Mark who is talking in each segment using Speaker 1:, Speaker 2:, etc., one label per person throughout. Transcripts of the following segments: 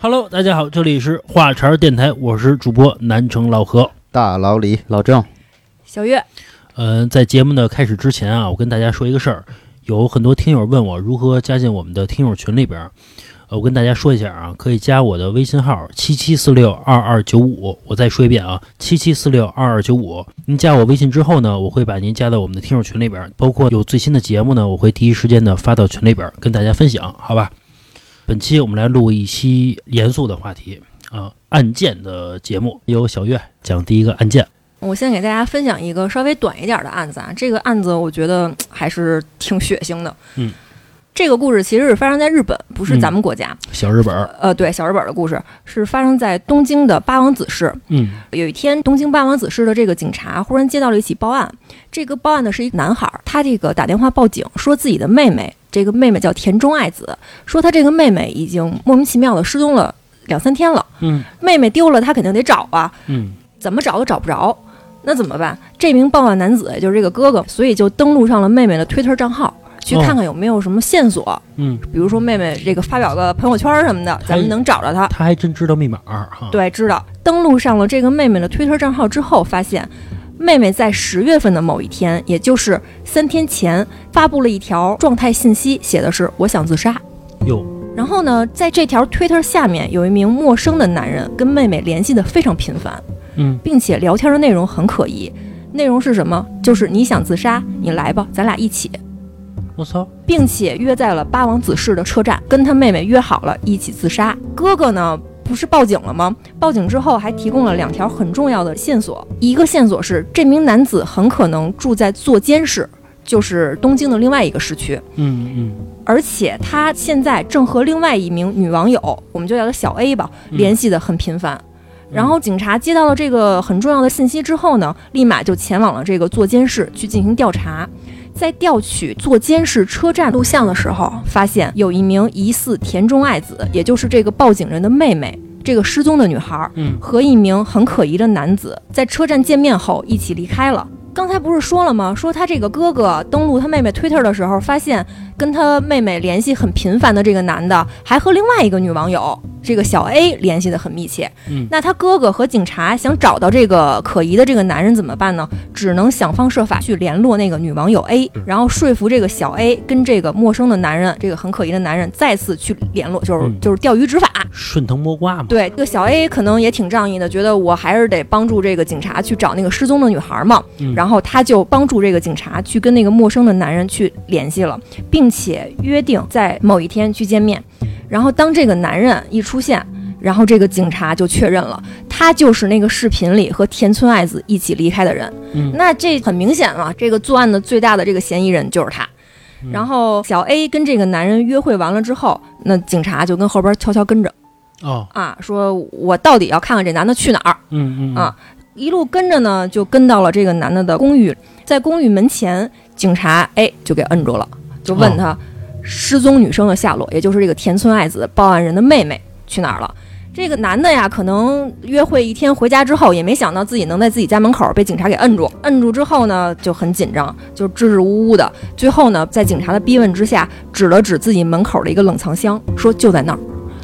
Speaker 1: Hello，大家好，这里是话茬儿电台，我是主播南城老何。
Speaker 2: 大老李、老郑，
Speaker 3: 小月，
Speaker 1: 呃，在节目的开始之前啊，我跟大家说一个事儿，有很多听友问我如何加进我们的听友群里边儿。呃，我跟大家说一下啊，可以加我的微信号七七四六二二九五，我再说一遍啊，七七四六二二九五。您加我微信之后呢，我会把您加到我们的听友群里边儿，包括有最新的节目呢，我会第一时间的发到群里边儿跟大家分享，好吧？本期我们来录一期严肃的话题啊，案件的节目，由小月讲第一个案件。
Speaker 3: 我先给大家分享一个稍微短一点的案子啊。这个案子我觉得嗯还是挺血腥的。
Speaker 1: 嗯，
Speaker 3: 这个故事其实是发生在日本，不是咱们国家。
Speaker 1: 小日本儿，
Speaker 3: 呃，对，小日本的故事是发生在东京的八王子市。
Speaker 1: 嗯
Speaker 3: 有一天，东京八王子市的这个警察忽然接到了一起报案，这个报案的是一个男孩儿，他这个打电话报警说自己的妹妹，这个妹妹叫田中爱子，说他这个妹妹已经莫名其妙的失踪了两三天了，
Speaker 1: 嗯
Speaker 3: 妹妹丢了，他肯定得找啊。
Speaker 1: 嗯
Speaker 3: 怎么找都找不着，那怎么办？这名报案男子也就是这个哥哥，所以就登录上了妹妹的 Twitter 账号，去看看有没有什么线索，
Speaker 1: 嗯，
Speaker 3: 比如说妹妹这个发表个朋友圈什么的，咱们能找着她。
Speaker 1: 他还真知道密码儿哈。，
Speaker 3: 对，知道。登录上了这个妹妹的 Twitter 账号之后，发现妹妹在十月份的某一天，也就是三天前，发布了一条状态信息，写的是“我想自杀”。
Speaker 1: 哟，
Speaker 3: 然后呢，在这条推特下面有一名陌生的男人跟妹妹联系的非常频繁，
Speaker 1: 嗯，
Speaker 3: 并且聊天的内容很可疑，内容是什么？就是你想自杀，你来吧，咱俩一起，
Speaker 1: 我操，
Speaker 3: 并且约在了八王子市的车站，跟他妹妹约好了一起自杀。哥哥呢？不是报警了吗？报警之后还提供了两条很重要的线索，一个线索是这名男子很可能住在座间市，就是东京的另外一个市区。
Speaker 1: 嗯
Speaker 3: 而且他现在正和另外一名女网友，我们就叫她小 A 吧，联系的很频繁。然后警察接到了这个很重要的信息之后呢，立马就前往了这个座监室去进行调查。在调取座监室车站录像的时候，发现有一名疑似田中爱子，也就是这个报警人的妹妹，这个失踪的女孩，
Speaker 1: 嗯
Speaker 3: 和一名很可疑的男子在车站见面后一起离开了。刚才不是说了吗？说他这个哥哥登录他妹妹 Twitter 的时候，发现跟他妹妹联系很频繁的这个男的，还和另外一个女网友这个小 A 联系的很密切。
Speaker 1: 嗯
Speaker 3: 那他哥哥和警察想找到这个可疑的这个男人怎么办呢？只能想方设法去联络那个女网友 A，然
Speaker 1: 嗯
Speaker 3: 后说服这个小 A 跟这个陌生的男人，这个很可疑的男人再次去联络，就是、
Speaker 1: 嗯
Speaker 3: 就是钓鱼执法。
Speaker 1: 嗯，顺藤摸瓜嘛。
Speaker 3: 对，这个小 A 可能也挺仗义的，觉得我还是得帮助这个警察去找那个失踪的女孩嘛。
Speaker 1: 嗯
Speaker 3: 然后他就帮助这个警察去跟那个陌生的男人去联系了，并且约定在某一天去见面。
Speaker 1: 嗯
Speaker 3: 然后当这个男人一出现，然后这个警察就确认了，他就是那个视频里和田村爱子一起离开的人。
Speaker 1: 嗯
Speaker 3: 那这很明显了，这个作案的最大的这个嫌疑人就是他。
Speaker 1: 嗯
Speaker 3: 然后小 A 跟这个男人约会完了之后，那警察就跟后边悄悄跟着。
Speaker 1: 哦，
Speaker 3: 啊，说我到底要看看这男的去哪儿。
Speaker 1: 嗯嗯
Speaker 3: 啊一路跟着呢，就跟到了这个男的的公寓，在公寓门前，警察哎就给摁住了，就问他失踪女生的下落，也就是这个田村爱子报案人的妹妹去哪儿了。这个男的呀，可能约会一天回家之后，也没想到自己能在自己家门口被警察给摁住。摁住之后呢，就很紧张，就支支吾吾的。最后呢，在警察的逼问之下，指了指自己门口的一个冷藏箱，说就在那儿。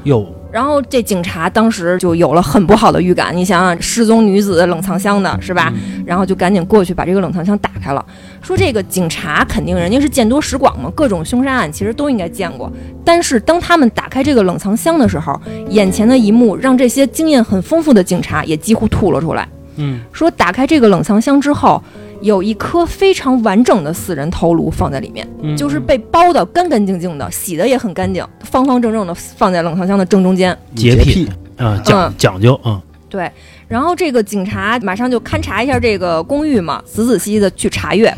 Speaker 1: 哟，
Speaker 3: 然后这警察当时就有了很不好的预感，你想想，失踪女子冷藏箱的是吧？然后就赶紧过去把这个冷藏箱打开了。说这个警察肯定人家是见多识广嘛，各种凶杀案其实都应该见过。但是当他们打开这个冷藏箱的时候，眼前的一幕让这些经验很丰富的警察也几乎吐了出来。
Speaker 1: 嗯，
Speaker 3: 说打开这个冷藏箱之后，有一颗非常完整的死人头颅放在里面。
Speaker 1: 嗯
Speaker 3: 就是被包的干干净净的，洗的也很干净，方方正正的放在冷藏箱的正中间。
Speaker 1: 洁癖
Speaker 2: 癖，
Speaker 1: 啊讲
Speaker 3: 嗯
Speaker 1: 讲究啊，
Speaker 3: 对，然后这个警察马上就勘察一下这个公寓嘛，仔仔细细的去查阅，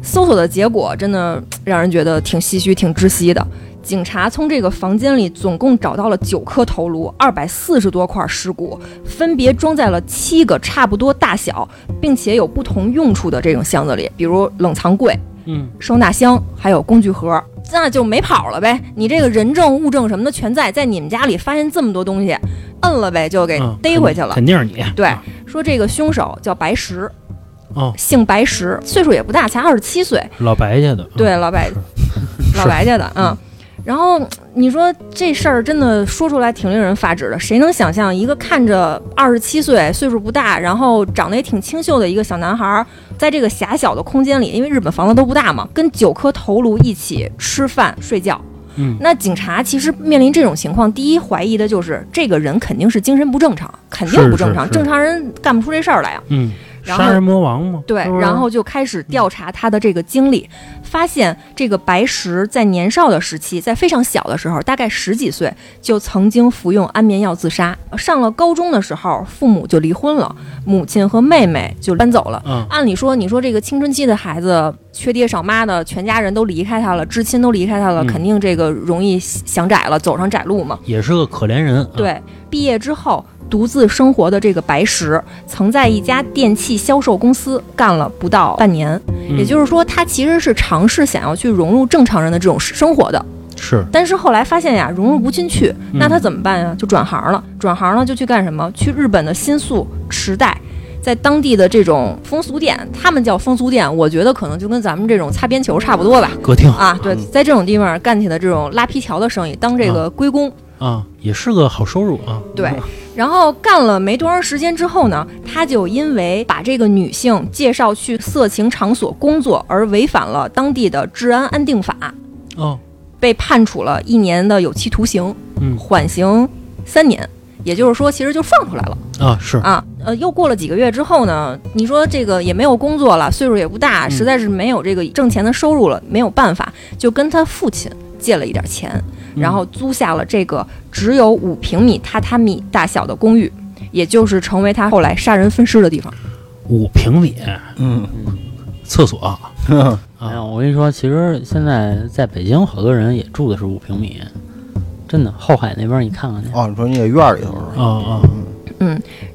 Speaker 3: 搜索的结果真的让人觉得挺唏嘘、挺窒息的。警察从这个房间里总共找到了九颗头颅，二百四十多块尸骨，分别装在了七个差不多大小，并且有不同用处的这种箱子里，比如冷藏柜、
Speaker 1: 嗯
Speaker 3: 收纳箱，还有工具盒，那就没跑了呗。你这个人证物证什么的全在，在你们家里发现这么多东西，摁了呗，就给
Speaker 1: 嗯
Speaker 3: 逮回去了。
Speaker 1: 肯定是你。
Speaker 3: 对
Speaker 1: 啊，
Speaker 3: 说这个凶手叫白石，
Speaker 1: 哦，
Speaker 3: 姓白石，岁数也不大，才二十七岁。
Speaker 1: 老白家的。啊
Speaker 3: 对，老白，老白家的，嗯。然后嗯你说这事儿真的说出来挺令人发指的，谁能想象一个看着二十七岁、岁数不大，然后长得也挺清秀的一个小男孩儿，在这个狭小的空间里，因为日本房子都不大嘛，跟九颗头颅一起吃饭睡觉。
Speaker 1: 嗯
Speaker 3: 那警察其实面临这种情况，第一怀疑的就是这个人肯定是精神不正常，肯定
Speaker 1: 是
Speaker 3: 不正
Speaker 1: 是
Speaker 3: 常，
Speaker 1: 是
Speaker 3: 正常人干不出这事儿来啊。
Speaker 1: 嗯，
Speaker 3: 然后
Speaker 1: 杀人魔王嘛，
Speaker 3: 对，
Speaker 1: 是不是
Speaker 3: 然后就开始调查他的这个经历，发现这个白石在年少的时期，在非常小的时候，大概十几岁就曾经服用安眠药自杀。上了高中的时候，父母就离婚了，母亲和妹妹就搬走了。
Speaker 1: 嗯
Speaker 3: 按理说，你说这个青春期的孩子缺爹少妈的，全家人都离开他了，至亲都离开他了，
Speaker 1: 嗯
Speaker 3: 肯定这个容易想窄了，走上窄路嘛。
Speaker 1: 也是个可怜人，啊，
Speaker 3: 对，毕业之后独自生活的这个白石，曾在一家电器销售公司干了不到半年，
Speaker 1: 嗯
Speaker 3: 也就是说，他其实是尝试想要去融入正常人的这种生活的，
Speaker 1: 是
Speaker 3: 但是后来发现呀，融入不进去，
Speaker 1: 嗯
Speaker 3: 那他怎么办呀？就转行了，转行了就去干什么？去日本的新宿池袋。在当地的这种风俗店，他们叫风俗店，我觉得可能就跟咱们这种擦边球差不多吧。
Speaker 1: 歌厅
Speaker 3: 啊，对，
Speaker 1: 嗯
Speaker 3: 在这种地方干起的这种拉皮条的生意，当这个龟公，
Speaker 1: 啊，也是个好收入啊，
Speaker 3: 对，然后干了没多长时间之后呢，他就因为把这个女性介绍去色情场所工作而违反了当地的治安安定法，
Speaker 1: 哦，
Speaker 3: 被判处了一年的有期徒刑，
Speaker 1: 嗯
Speaker 3: 缓刑三年。也就是说，其实就放出来了
Speaker 1: 啊是，
Speaker 3: 啊。呃，又过了几个月之后呢，你说这个也没有工作了，岁数也不大，
Speaker 1: 嗯
Speaker 3: 实在是没有这个挣钱的收入了，没有办法，就跟他父亲借了一点钱，
Speaker 1: 嗯
Speaker 3: 然后租下了这个只有五平米榻榻米大小的公寓，也就是成为他后来杀人分尸的地方。
Speaker 1: 五平米
Speaker 2: 嗯，
Speaker 1: 厕所，啊
Speaker 4: 哎呀，我跟你说，其实现在在北京，好多人也住的是五平米，真的。后海那边你看看去，
Speaker 2: 哦，你说你也院儿里头是吧？
Speaker 1: 啊啊，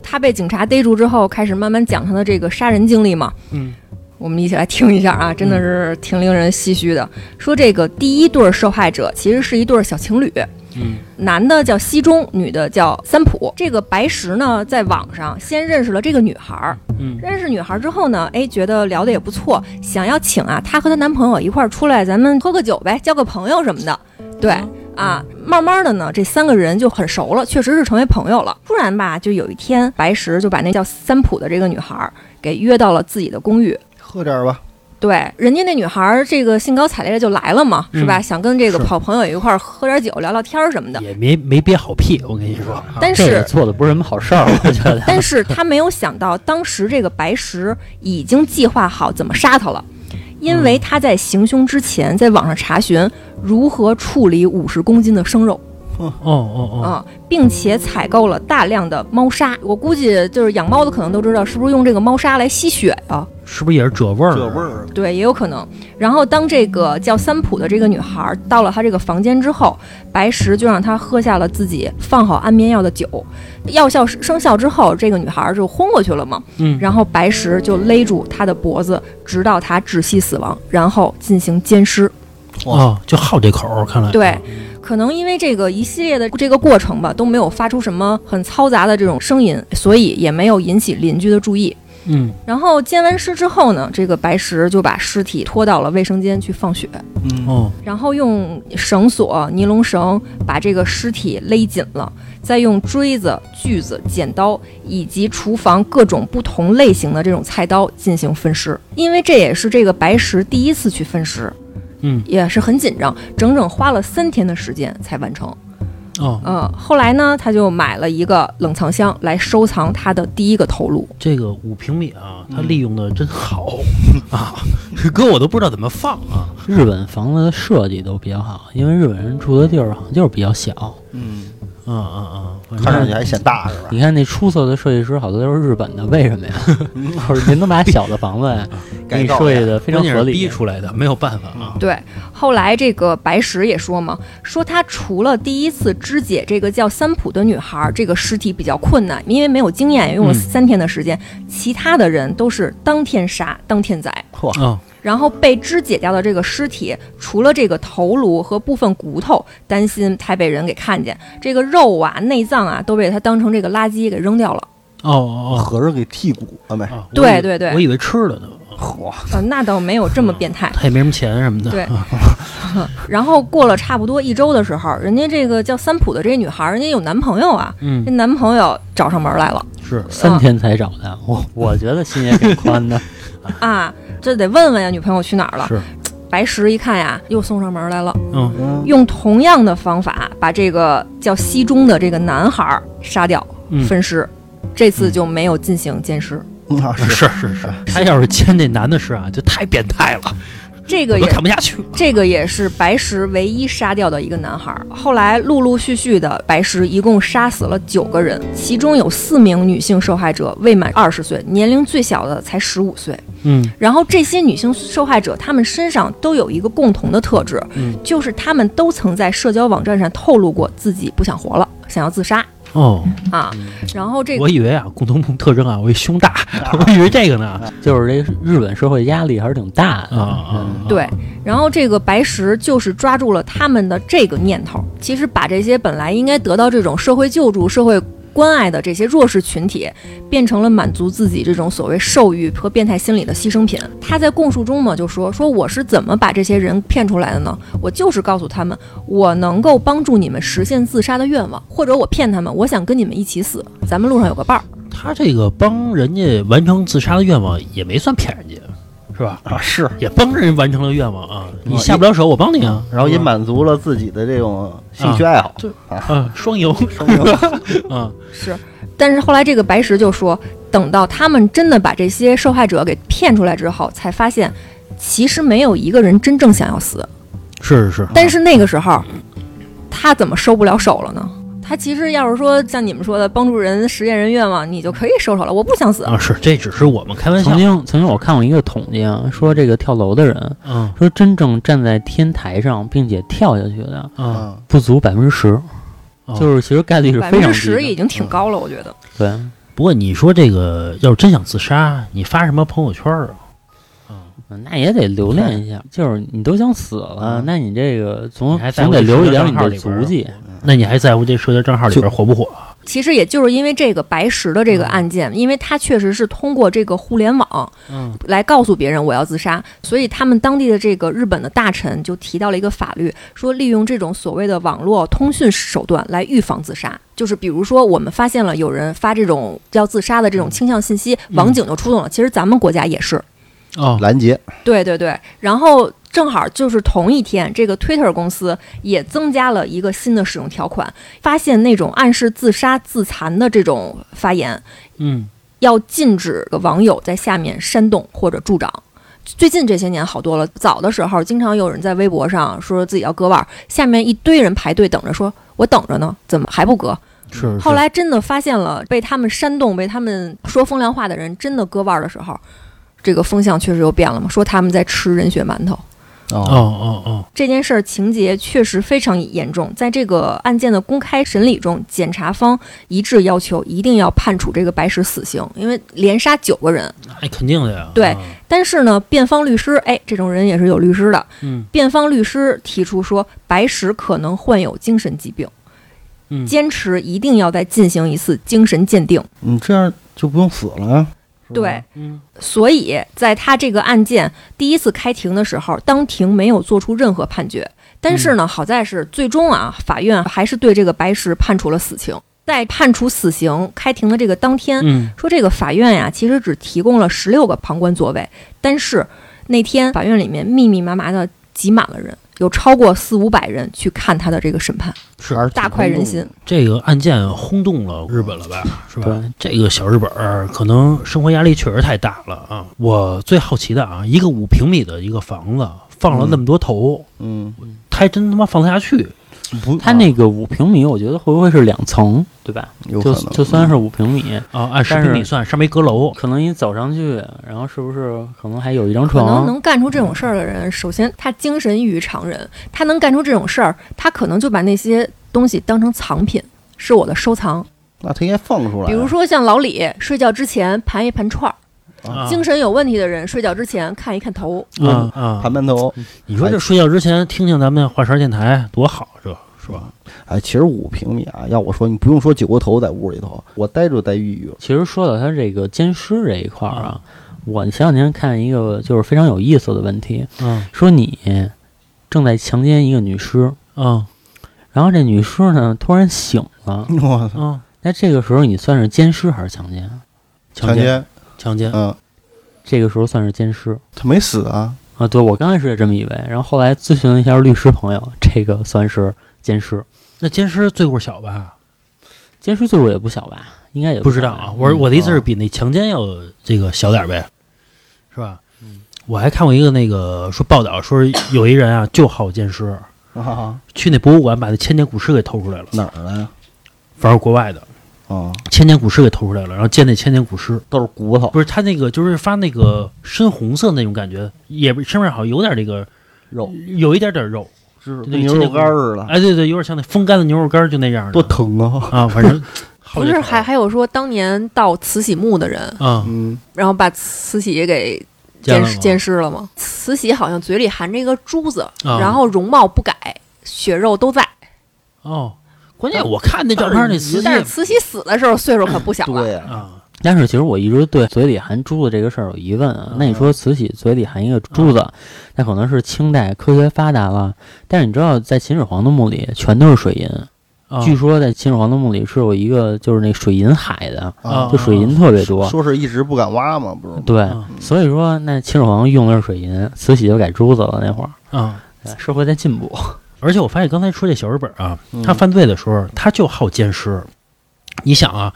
Speaker 3: 他被警察逮住之后，开始慢慢讲他的这个杀人经历嘛。
Speaker 1: 嗯，
Speaker 3: 我们一起来听一下啊，真的是挺令人唏嘘的。说这个第一对受害者其实是一对小情侣，
Speaker 1: 嗯，
Speaker 3: 男的叫西中，女的叫三浦。这个白石呢，在网上先认识了这个女孩儿，
Speaker 1: 嗯
Speaker 3: 认识女孩之后呢，哎，觉得聊得也不错，想要请啊她和她男朋友一块儿出来，咱们喝个酒呗，交个朋友什么的。对啊，慢慢的呢，这三个人就很熟了，确实是成为朋友了。突然吧，就有一天，白石就把那叫三浦的这个女孩儿给约到了自己的公寓。
Speaker 2: 喝点儿吧，
Speaker 3: 对，人家那女孩儿这个兴高采烈地就来了嘛，是吧？想跟这个
Speaker 1: 是
Speaker 3: 好朋友一块儿喝点酒、聊聊天儿什么的。啊
Speaker 1: 也没没憋好屁，我跟你说，
Speaker 3: 但
Speaker 4: 这
Speaker 3: 是
Speaker 4: 也做的不是什么好事儿，我觉得。
Speaker 3: 但是他没有想到，当时这个白石已经计划好怎么杀他了，因为他在行凶之前在网上查询如何处理五十公斤的生肉
Speaker 1: 哦哦
Speaker 3: 啊、并且采购了大量的猫砂。我估计就是养猫的可能都知道，是不是用这个猫砂来吸血啊？
Speaker 1: 哦，是不是也是这味儿？
Speaker 2: 这味，儿
Speaker 3: 对，也有可能。然后当这个叫三浦的这个女孩到了她这个房间之后，白石就让她喝下了自己放好安眠药的酒，药效生效之后，这个女孩就昏过去了嘛。
Speaker 1: 嗯
Speaker 3: 然后白石就勒住她的脖子，直到她窒息死亡，然后进行奸尸。
Speaker 1: 哦，就好这口儿，看来，
Speaker 3: 对，可能因为这个一系列的这个过程吧，都没有发出什么很嘈杂的这种声音，所以也没有引起邻居的注意。
Speaker 1: 嗯
Speaker 3: 然后奸完尸之后呢，这个白石就把尸体拖到了卫生间去放血。
Speaker 2: 嗯，
Speaker 1: 哦
Speaker 3: 然后用绳索、尼龙绳把这个尸体勒紧了，再用锥子、锯子、剪刀以及厨房各种不同类型的这种菜刀进行分尸。因为这也是这个白石第一次去分尸，
Speaker 1: 嗯
Speaker 3: 也是很紧张，整整花了三天的时间才完成。
Speaker 1: 哦，
Speaker 3: 嗯，后来呢，他就买了一个冷藏箱来收藏他的第一个头颅。
Speaker 1: 这个五平米啊，
Speaker 3: 嗯
Speaker 1: 它利用的真 好啊，哥我都不知道怎么放啊，
Speaker 4: 日本房子的设计都比较好，因为日本人住的地儿好像就是比较小。
Speaker 2: 嗯，
Speaker 1: 嗯嗯嗯，
Speaker 2: 看上去还显大是吧？
Speaker 4: 你看那出色的设计师，好多都是日本的，为什么呀？就是您能把小的房子呀，给
Speaker 2: 改
Speaker 4: 你
Speaker 2: 造
Speaker 4: 设计的非常
Speaker 1: 关键
Speaker 4: 合
Speaker 1: 是
Speaker 4: 理
Speaker 1: 逼。出来的，没有办法啊，
Speaker 3: 对，后来这个白石也说嘛，说他除了第一次肢解这个叫三浦的女孩儿，这个尸体比较困难，因为没有经验，用了
Speaker 1: 嗯
Speaker 3: 三天的时间，其他的人都是当天杀当天宰。
Speaker 1: 啊
Speaker 3: 然后被肢解掉的这个尸体，除了这个头颅和部分骨头，担心他被人给看见，这个肉啊、内脏啊都被他当成这个垃圾给扔掉了。
Speaker 1: 哦哦
Speaker 2: 合着给剔骨了没
Speaker 1: 哦，？啊
Speaker 3: 对
Speaker 1: 我以
Speaker 3: 对对
Speaker 1: 我以为吃了呢，
Speaker 2: 嚯，
Speaker 3: 呃，那倒没有这么变态。
Speaker 1: 他也没什么钱什么的， 啊
Speaker 3: 对，
Speaker 1: 嗯
Speaker 3: 然后过了差不多一周的时候，人家这个叫三浦的这女孩儿，人家有男朋友啊，
Speaker 1: 嗯
Speaker 3: 这，男朋友找上门来了
Speaker 1: 是
Speaker 4: 三天才找的，我我觉得心也挺宽的。
Speaker 3: 啊，这得问问呀，女朋友去哪儿了？
Speaker 1: 是，
Speaker 3: 白石一看呀，又送上门来了，
Speaker 1: 嗯，
Speaker 2: 嗯
Speaker 3: 用同样的方法把这个叫西中的这个男孩儿杀掉
Speaker 1: 嗯
Speaker 3: 分尸，这次就没有进行奸尸。
Speaker 2: 那
Speaker 1: 是
Speaker 2: 啊是
Speaker 1: 是是是，
Speaker 4: 哎
Speaker 1: 他要是牵那男的是啊，就太变态了，
Speaker 3: 这
Speaker 1: 我
Speaker 3: 个
Speaker 1: 都
Speaker 3: 也
Speaker 1: 看不下去了。
Speaker 3: 这个也是白石唯一杀掉的一个男孩儿。后来陆陆续续的，白石一共杀死了九个人，其中有四名女性受害者未满二十岁，年龄最小的才十五岁。
Speaker 1: 嗯
Speaker 3: 然后这些女性受害者，她们身上都有一个共同的特质，
Speaker 1: 嗯
Speaker 3: 就是她们都曾在社交网站上透露过自己不想活了，想要自杀
Speaker 1: 哦，
Speaker 3: 啊。然后这个
Speaker 1: 我以为啊，共同特征啊，我以为胸大，我以为这个
Speaker 3: 啊
Speaker 1: 呢
Speaker 4: 就是这日本社会压力还是挺大
Speaker 1: 啊
Speaker 4: 的。
Speaker 1: 啊，
Speaker 3: 对，然后这个白石就是抓住了他们的这个念头，其实把这些本来应该得到这种社会救助、社会关爱的这些弱势群体，变成了满足自己这种所谓兽欲和变态心理的牺牲品。他在供述中嘛就说：“说我是怎么把这些人骗出来的呢？我就是告诉他们，我能够帮助你们实现自杀的愿望，或者我骗他们，我想跟你们一起死，咱们路上有个伴儿。
Speaker 1: 他这个帮人家完成自杀的愿望，也没算骗人家，是吧？
Speaker 2: 啊是，
Speaker 1: 也帮人完成了愿望啊！你
Speaker 2: 哦
Speaker 1: 下不了手，我帮你啊。
Speaker 2: 然后也
Speaker 1: 是吧
Speaker 2: 满足了自己的这种兴趣爱好，
Speaker 1: 对啊，双赢
Speaker 2: 说明
Speaker 1: 啊，”
Speaker 3: 是，但是后来这个白石就说，等到他们真的把这些受害者给骗出来之后，才发现其实没有一个人真正想要死。
Speaker 1: 是是是，
Speaker 4: 嗯
Speaker 3: 但是那个时候，他怎么收不了手了呢？他其实要是说像你们说的帮助人实现人愿望，你就可以收手了。我不想死，
Speaker 4: 嗯
Speaker 1: 啊是，这只是我们开玩笑
Speaker 4: 曾，经曾经我看过一个统计啊，说这个跳楼的人，
Speaker 1: 嗯
Speaker 4: 说真正站在天台上并且跳下去的
Speaker 1: 啊，
Speaker 2: 嗯
Speaker 4: 不足百分之十，
Speaker 1: 哦
Speaker 4: 就是其实概率是
Speaker 3: 百
Speaker 4: 非
Speaker 3: 分
Speaker 4: 常
Speaker 3: 之
Speaker 4: 低
Speaker 3: 十已
Speaker 4: 的。嗯
Speaker 3: 经挺高了，我觉得。
Speaker 4: 对，
Speaker 1: 不过你说这个要是真想自杀，你发什么朋友圈啊？
Speaker 4: 嗯那也得留恋一下。就是你都想死了，那你这个
Speaker 1: 嗯你
Speaker 4: 总
Speaker 1: 还在
Speaker 4: 总
Speaker 1: 乎
Speaker 4: 得
Speaker 1: 这
Speaker 4: 留
Speaker 1: 社
Speaker 4: 一
Speaker 1: 交
Speaker 4: 点
Speaker 1: 账
Speaker 4: 你
Speaker 1: 号
Speaker 4: 的
Speaker 1: 里边
Speaker 4: 足
Speaker 1: 儿
Speaker 4: 迹。
Speaker 1: 那你还在乎这社交账号里边火不火？
Speaker 3: 其实也就是因为这个白石的这个案件，因为他确实是通过这个互联网，
Speaker 1: 嗯，
Speaker 3: 来告诉别人我要自杀，所以他们当地的这个日本的大臣就提到了一个法律，说利用这种所谓的网络通讯手段来预防自杀，就是比如说我们发现了有人发这种要自杀的这种倾向信息，网警就出动了。其实咱们国家也是，
Speaker 1: 哦，
Speaker 2: 拦截，
Speaker 3: 对对对，然后。正好就是同一天，这个 Twitter 公司也增加了一个新的使用条款，发现那种暗示自杀、自残的这种发言，
Speaker 1: 嗯，
Speaker 3: 要禁止网友在下面煽动或者助长。最近这些年好多了，早的时候经常有人在微博上说自己要割腕儿，下面一堆人排队等着说，我等着呢，怎么还不割？
Speaker 1: 是是
Speaker 3: 后来真的发现了被他们煽动、被他们说风凉话的人真的割腕儿的时候，这个风向确实又变了嘛，说他们在吃人血馒头。
Speaker 1: 哦哦哦，
Speaker 3: 这件事儿情节确实非常严重，在这个案件的公开审理中，检察方一致要求一定要判处这个白石死刑，因为连杀九个人。
Speaker 1: 那肯定的呀。
Speaker 3: 对
Speaker 1: 啊，
Speaker 3: 但是呢，辩方律师，哎，这种人也是有律师的。
Speaker 1: 嗯
Speaker 3: 辩方律师提出说，白石可能患有精神疾病，
Speaker 1: 嗯
Speaker 3: 坚持一定要再进行一次精神鉴定。
Speaker 2: 你这样就不用死了呀。是吧
Speaker 3: 对，
Speaker 1: 嗯
Speaker 3: 所以在他这个案件第一次开庭的时候，当庭没有做出任何判决。但是呢，好在是最终啊，法院还是对这个白石判处了死刑。在判处死刑开庭的这个当天，
Speaker 1: 嗯
Speaker 3: 说这个法院呀、其实只提供了十六个旁观座位，但是那天法院里面密密麻麻的挤满了人，有超过四五百人去看他的这个审判，
Speaker 1: 是
Speaker 2: 还是挺
Speaker 3: 大快人心
Speaker 2: 轰。
Speaker 1: 这个案件轰动了日本了吧？是吧
Speaker 4: 对？
Speaker 1: 这个小日本儿可能生活压力确实太大了啊！我最好奇的啊，一个五平米的一个房子放了那么多头，
Speaker 4: 嗯
Speaker 2: 动的，
Speaker 1: 他还真他妈放得下去？
Speaker 2: 嗯，不，
Speaker 4: 它那个五平米，我觉得会不会是两层，对吧？
Speaker 2: 有可
Speaker 4: 就
Speaker 2: 能
Speaker 4: 就算是五平米，
Speaker 1: 啊，按十
Speaker 4: 但是
Speaker 1: 平米算，上面一阁楼。
Speaker 4: 可能你走上去，然后是不是可能还有一张
Speaker 3: 可能
Speaker 4: 床？
Speaker 3: 能干出这种事儿的人，首先他精神异于常人，他能干出这种事儿，他可能就把那些东西当成藏品，是我的收藏。
Speaker 2: 那他应该放出来。啊
Speaker 3: 比如，说像老李，睡觉之前盘一盘串儿；
Speaker 1: 啊
Speaker 3: 精神有问题的人，睡觉之前看一看头。
Speaker 4: 嗯
Speaker 1: 啊啊！
Speaker 2: 盘馒头，
Speaker 1: 你说这睡觉之前听听咱们华山电台多好，这是吧？
Speaker 2: 哎，其实五平米啊，要我说，你不用说九个头在屋里头，我待就待抑郁了。
Speaker 4: 其实说到他这个奸尸这一块儿啊，我前两天看一个就是非常有意思的问题，
Speaker 1: 嗯
Speaker 4: 说你正在强奸一个女尸，
Speaker 1: 嗯
Speaker 4: 然后这女尸呢突然醒了，
Speaker 2: 我操，
Speaker 1: 嗯，
Speaker 4: 那这个时候你算是奸尸还是强奸？
Speaker 1: 强奸
Speaker 2: 奸，
Speaker 1: 强奸，
Speaker 2: 嗯，
Speaker 4: 这个时候算是奸尸
Speaker 2: 他没死啊，
Speaker 4: 啊？对，我刚开始也这么以为，然后后来咨询了一下律师朋友，这个算是奸尸。
Speaker 1: 那奸尸罪过小吧？
Speaker 4: 奸尸罪数也不小吧？应该也
Speaker 1: 不
Speaker 4: 小
Speaker 1: 知道
Speaker 4: 吧
Speaker 1: 啊，我我的意
Speaker 4: 嗯
Speaker 1: 思是比那强奸要这个小点儿呗，是吧？
Speaker 4: 嗯
Speaker 1: 我还看过一个那个说报道说有一人啊就好奸尸，
Speaker 2: 啊
Speaker 1: 去那博物馆把那千年古尸给偷出来了，
Speaker 2: 哪儿的啊呀？
Speaker 1: 反正国外的
Speaker 2: 啊，
Speaker 1: 千年古尸给偷出来了，然后见那千年古尸，
Speaker 2: 都是骨头，
Speaker 1: 不是他那个就是发那个深红色那种感觉，也不身上好像有点这个
Speaker 2: 肉，
Speaker 1: 有一点点肉，
Speaker 2: 是
Speaker 1: 对
Speaker 2: 跟牛肉干儿似的，
Speaker 1: 哎对对，有点像那风干的牛肉干儿就那样的，
Speaker 2: 多疼啊！
Speaker 1: 啊，反正
Speaker 5: 不是还还有说当年盗慈禧墓的人，
Speaker 1: 啊，
Speaker 2: 嗯，
Speaker 5: 然后把慈禧给
Speaker 1: 见
Speaker 5: 奸
Speaker 1: 了
Speaker 5: 尸
Speaker 1: 吗
Speaker 5: 奸尸了吗？慈禧好像嘴里含着一个珠子，
Speaker 1: 啊
Speaker 5: 然后容貌不改，血肉都在。
Speaker 1: 哦，关键我看那照片儿那瓷
Speaker 5: 但是
Speaker 1: 器
Speaker 5: 慈禧死的时候岁数可不小了，
Speaker 2: 对呀，
Speaker 1: 啊，
Speaker 4: 但是其实我一直对嘴里含珠子这个事儿有疑问
Speaker 1: 嗯
Speaker 4: 啊。那你说慈禧嘴里含一个珠子，那可能是清代科学发达了，但是你知道在秦始皇的墓里全都是水银，
Speaker 1: 啊
Speaker 4: 据说在秦始皇的墓里是有一个就是那水银海的，
Speaker 1: 啊
Speaker 4: 就水银特别多。
Speaker 2: 说是一直不敢挖嘛，不是？
Speaker 4: 对
Speaker 1: 啊，
Speaker 4: 所以说那秦始皇用的是水银，慈禧就改珠子了那会儿。哎
Speaker 1: 啊。
Speaker 4: 对社会在进步，
Speaker 1: 而且我发现刚才说这小日本啊，
Speaker 2: 嗯
Speaker 1: 他犯罪的时候，他就好奸尸。你想啊，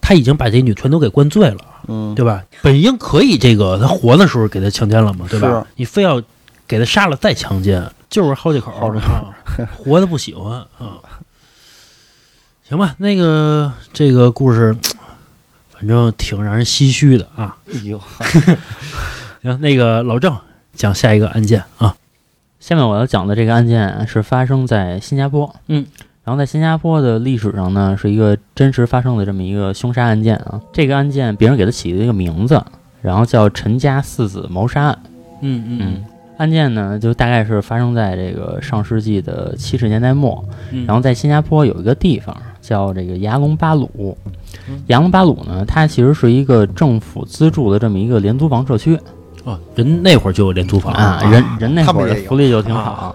Speaker 1: 他已经把这女全都给灌醉了，
Speaker 2: 嗯，
Speaker 1: 对吧？本应可以这个他活的时候给他强奸了嘛，对吧
Speaker 2: 是？
Speaker 1: 你非要给他杀了再强奸，就是好这口，
Speaker 2: 好这口
Speaker 1: 啊，活的不喜欢啊。行吧，那个这个故事，反正挺让人唏嘘的啊。
Speaker 2: 哎呦，
Speaker 1: 行，那个老郑讲下一个案件啊，
Speaker 4: 下面我要讲的这个案件啊是发生在新加坡，
Speaker 1: 嗯，
Speaker 4: 然后在新加坡的历史上呢，是一个真实发生的这么一个凶杀案件啊。这个案件别人给他起了一个名字，然后叫陈家四子谋杀案。
Speaker 1: 嗯嗯
Speaker 4: 案件呢，就大概是发生在这个上世纪的七十年代末，
Speaker 1: 嗯
Speaker 4: 然后在新加坡有一个地方叫这个牙龙巴鲁。牙龙巴鲁呢，它其实是一个政府资助的这么一个廉租房社区，
Speaker 1: 哦，人那会儿就有廉租房
Speaker 4: 啊，人人那
Speaker 2: 他们
Speaker 4: 会儿的
Speaker 2: 也有
Speaker 4: 福利就挺好。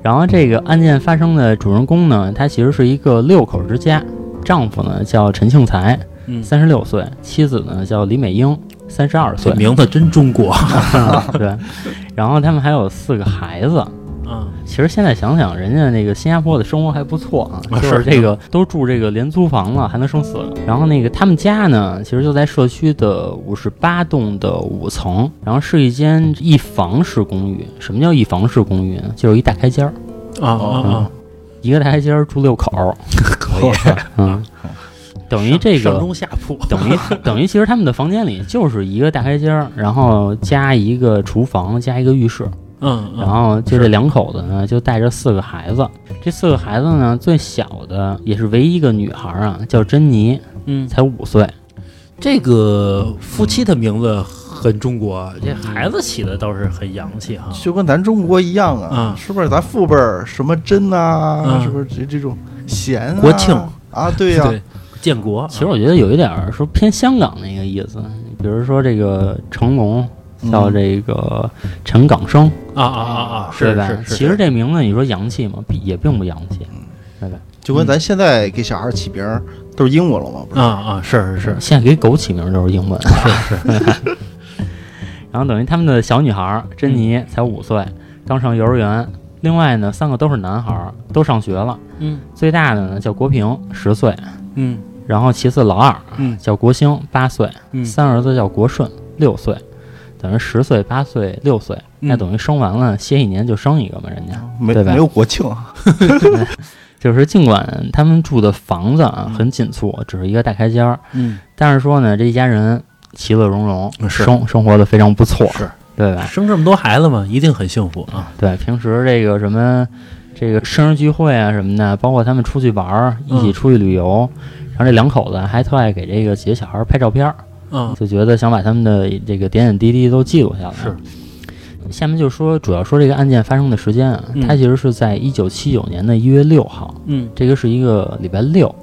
Speaker 4: 然后这个案件发生的主人公呢，他其实是一个六口之家，丈夫呢叫陈庆才，
Speaker 1: 嗯
Speaker 4: 三十六岁，妻子呢叫李美英，三十二岁
Speaker 1: 这，名字真中国
Speaker 4: 对。然后他们还有四个孩子。
Speaker 1: 啊。
Speaker 4: 其实现在想想，人家那个新加坡的生活还不错啊，
Speaker 1: 啊
Speaker 4: 就是是这个都住这个廉租房了，还能生四个。然后那个他们家呢，其实就在社区的五十八栋的五层，然后是一间一房式公寓。什么叫一房式公寓呢？就是一大开间儿，
Speaker 1: 啊啊
Speaker 4: 一个大开间儿住六口儿，
Speaker 1: 啊！ 可以，
Speaker 4: 嗯，等于这
Speaker 1: 上
Speaker 4: 个
Speaker 1: 中下铺，
Speaker 4: 等于等于其实他们的房间里就是一个大开间儿，然后加一个厨房，加一个浴室。
Speaker 1: 嗯，
Speaker 4: 然后就这两口子呢，就带着四个孩子。这四个孩子呢，最小的也是唯一一个女孩啊，叫珍妮，
Speaker 1: 嗯，
Speaker 4: 才五岁。
Speaker 1: 这个夫妻的名字很中国，啊这孩子起的倒是很洋气哈。
Speaker 2: 就跟咱中国一样啊
Speaker 1: 嗯，
Speaker 2: 是不是？咱父辈儿什么珍啊，
Speaker 1: 嗯
Speaker 2: 是不是这这种贤啊
Speaker 1: 国庆
Speaker 2: 啊？ 对呀，
Speaker 1: 对，建国，啊
Speaker 4: 其实我觉得有一点儿说偏香港那个意思，比如说这个成龙叫
Speaker 2: 嗯
Speaker 4: 这个陈港生，
Speaker 1: 啊啊啊啊，
Speaker 4: 对
Speaker 1: 是
Speaker 4: 吧？
Speaker 1: 是是，
Speaker 4: 其实这名字你说洋气吗？比也并不洋气。
Speaker 2: 就跟咱现在给小孩儿起名儿都是英文了嘛，不是
Speaker 1: 啊？啊是是是
Speaker 4: 现在给狗起名都是英文。
Speaker 1: 是是，
Speaker 4: 然后等于他们的小女孩儿珍
Speaker 1: 嗯
Speaker 4: 妮才五岁，刚上幼儿园。另外呢，三个都是男孩儿，都上学了。
Speaker 1: 嗯
Speaker 4: 最大的呢叫国平，十岁，
Speaker 1: 嗯
Speaker 4: 然后其次老二
Speaker 1: 嗯
Speaker 4: 叫国兴，八岁，
Speaker 1: 嗯
Speaker 4: 三儿子叫国顺，六岁，等于十岁、八岁、六岁，那
Speaker 1: 嗯哦
Speaker 4: 等于生完了歇一年就生一个嘛，人家
Speaker 2: 没
Speaker 4: 对吧
Speaker 2: 没有国庆 啊，
Speaker 4: 就是尽管他们住的房子啊
Speaker 1: 嗯
Speaker 4: 很紧促，只是一个大开间儿，
Speaker 1: 嗯，
Speaker 4: 但是说呢，这一家人其乐融融，
Speaker 1: 是
Speaker 4: 生生活的非常不错，
Speaker 1: 是
Speaker 4: 对吧？
Speaker 1: 生这么多孩子嘛，一定很幸福啊。
Speaker 4: 对，平时这个什么，这个生日聚会啊什么的，包括他们出去玩儿，一起
Speaker 1: 嗯
Speaker 4: 出去旅游，然后这两口子还特爱给这个几个小孩儿拍照片儿，
Speaker 1: 嗯
Speaker 4: 就觉得想把他们的这个点点滴滴都记录下来。
Speaker 1: 是，
Speaker 4: 下面就说主要说这个案件发生的时间啊，
Speaker 1: 嗯
Speaker 4: 它其实是在一九七九年的一月六号，
Speaker 1: 嗯
Speaker 4: 这个是一个礼拜六，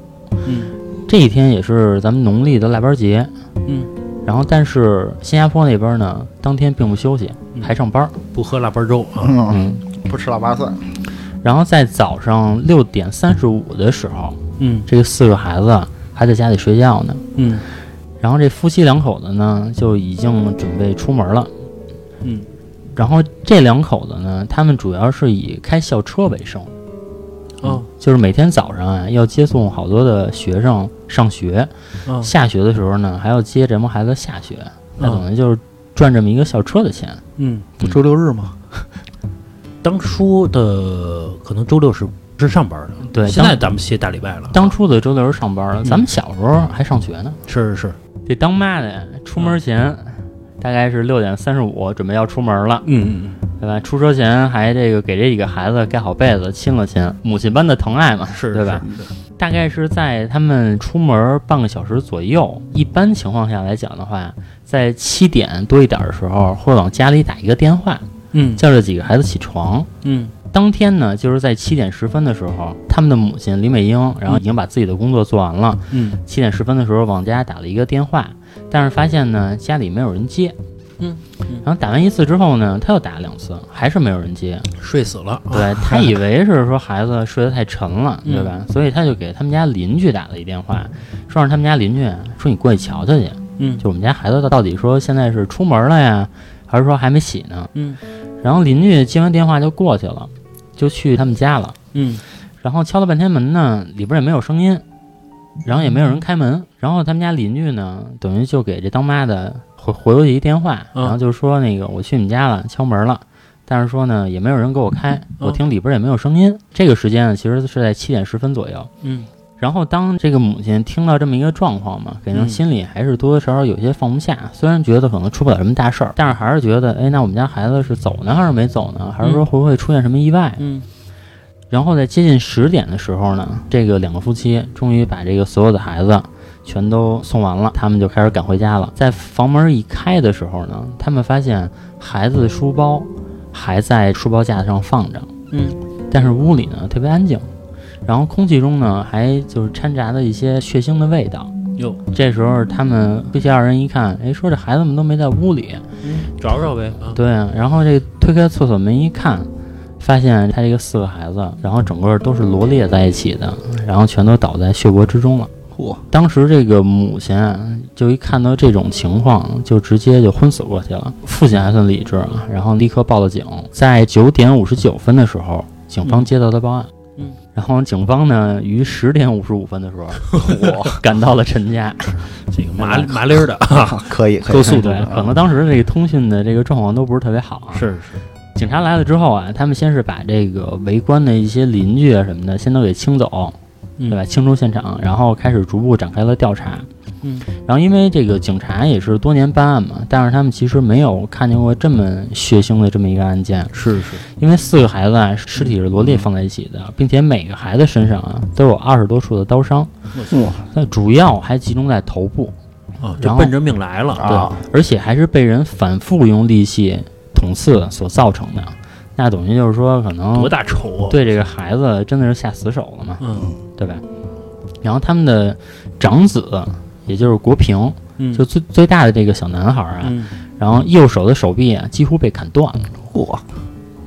Speaker 1: 嗯
Speaker 4: 这一天也是咱们农历的腊八节，
Speaker 1: 嗯，
Speaker 4: 然后但是新加坡那边呢，当天并不休息，
Speaker 1: 嗯
Speaker 4: 还上班儿，
Speaker 1: 不喝腊八粥啊，
Speaker 2: 嗯，
Speaker 4: 嗯，
Speaker 2: 不吃腊八蒜，
Speaker 4: 然后在早上六点三十五的时候，
Speaker 1: 嗯
Speaker 4: 这四个孩子啊还在家里睡觉呢，
Speaker 1: 嗯
Speaker 4: 然后这夫妻两口子呢就已经准备出门了，
Speaker 1: 嗯
Speaker 4: 然后这两口子呢，他们主要是以开校车为生，
Speaker 1: 哦
Speaker 4: 就是每天早上啊要接送好多的学生上学，
Speaker 1: 哦
Speaker 4: 下学的时候呢还要接这帮孩子下学，那
Speaker 1: 哦
Speaker 4: 等于就是赚这么一个校车的钱。
Speaker 1: 嗯，
Speaker 2: 不周六日吗？
Speaker 1: 当初的可能周六是是上班的，
Speaker 4: 对，
Speaker 1: 嗯现在嗯
Speaker 4: 当
Speaker 1: 咱们歇大礼拜了，
Speaker 4: 当初的周六是上班了，咱们小时候还上学呢。
Speaker 1: 是是是，
Speaker 4: 这当妈的呀出门前大概是六点三十五，准备要出门了，
Speaker 1: 嗯嗯
Speaker 4: 对吧？出车前还这个给这几个孩子盖好被子，亲了亲，母亲般的疼爱嘛，
Speaker 1: 嗯，是
Speaker 4: 对吧？？
Speaker 1: 是是
Speaker 4: 大概是在他们出门半个小时左右，一般情况下来讲的话，在七点多一点的时候，会往家里打一个电话，
Speaker 1: 嗯
Speaker 4: 叫这几个孩子起床。
Speaker 1: 嗯
Speaker 4: 当天呢，就是在七点十分的时候，他们的母亲李美英，然后已经把自己的工作做完了。
Speaker 1: 嗯
Speaker 4: 七点十分的时候往家打了一个电话，但是发现呢家里没有人接。
Speaker 1: 嗯嗯
Speaker 4: 然后打完一次之后呢，他又打了两次，还是没有人接。
Speaker 1: 睡死了，啊，
Speaker 4: 对他以为是说孩子睡得太沉了，
Speaker 1: 嗯
Speaker 4: 对吧？所以他就给他们家邻居打了一电话，说让他们家邻居啊说你过去瞧瞧去，
Speaker 1: 嗯
Speaker 4: 就我们家孩子到底说现在是出门了呀，还是说还没洗呢？
Speaker 1: 嗯
Speaker 4: 然后邻居接完电话就过去了，就去他们家了，
Speaker 1: 嗯
Speaker 4: 然后敲了半天门呢，里边也没有声音，然后也没有人开门，然后他们家邻居呢，等于就给这当妈的回回过去一电话，
Speaker 1: 嗯
Speaker 4: 然后就说那个我去你们家了，敲门了。但是说呢，也没有人给我开，我听里边也没有声音。这个时间呢，其实是在七点十分左右。
Speaker 1: 嗯
Speaker 4: 然后当这个母亲听到这么一个状况嘛，肯定
Speaker 1: 嗯
Speaker 4: 心里还是多多少少有些放不下。虽然觉得可能出不了什么大事儿，但是还是觉得，哎，那我们家孩子是走呢还是没走呢？还是说会不会出现什么意外？
Speaker 1: 嗯
Speaker 4: 然后在接近十点的时候呢，这个两个夫妻终于把这个所有的孩子全都送完了，他们就开始赶回家了。在房门一开的时候呢，他们发现孩子的书包还在书包架子上放着，
Speaker 1: 嗯，
Speaker 4: 但是屋里呢特别安静，然后空气中呢还就是掺杂着一些血腥的味道。
Speaker 1: 哟，
Speaker 4: 这时候他们夫妻二人一看，哎，说这孩子们都没在屋里，
Speaker 1: 嗯找找呗啊，
Speaker 4: 对啊，然后这推开厕所门一看，发现他这个四个孩子，然后整个都是罗列在一起的，然后全都倒在血泊之中了。
Speaker 2: 嚯，
Speaker 4: 当时这个母亲啊就一看到这种情况，就直接就昏死过去了。父亲还算理智啊，然后立刻报了警。在九点五十九分的时候，警方
Speaker 1: 嗯
Speaker 4: 接到的报案。
Speaker 1: 嗯
Speaker 4: 然后警方呢于十点五十五分的时候，我赶到了陈家。
Speaker 1: 这个麻麻利儿的，啊
Speaker 2: 可以可
Speaker 1: 够
Speaker 2: 以，
Speaker 1: 速度
Speaker 4: 对
Speaker 1: 的，
Speaker 4: 可能当时这个通讯的这个状况都不是特别好 啊。
Speaker 1: 是是，
Speaker 4: 警察来了之后啊，他们先是把这个围观的一些邻居啊什么的先都给清走，
Speaker 1: 嗯
Speaker 4: 对吧？清出现场，然后开始逐步展开了调查。
Speaker 1: 嗯，
Speaker 4: 然后因为这个警察也是多年办案嘛，但是他们其实没有看见过这么血腥的这么一个案件，
Speaker 1: 是是，
Speaker 4: 因为四个孩子啊尸体是罗列放在一起的，并且每个孩子身上啊都有二十多处的刀伤，
Speaker 2: 哇
Speaker 4: 那主要还集中在头部，
Speaker 1: 啊，
Speaker 4: 然
Speaker 1: 就
Speaker 4: 后
Speaker 1: 奔着命来了，
Speaker 2: 啊，
Speaker 4: 而且还是被人反复用利器捅刺所造成的。那等于就是说，可能
Speaker 1: 多大仇啊，
Speaker 4: 对这个孩子真的是下死手了嘛，
Speaker 1: 嗯
Speaker 4: 对吧？然后他们的长子，也就是国平，
Speaker 1: 嗯，
Speaker 4: 就最最大的这个小男孩啊，
Speaker 1: 嗯
Speaker 4: 然后右手的手臂啊几乎被砍断了，
Speaker 2: 嚯，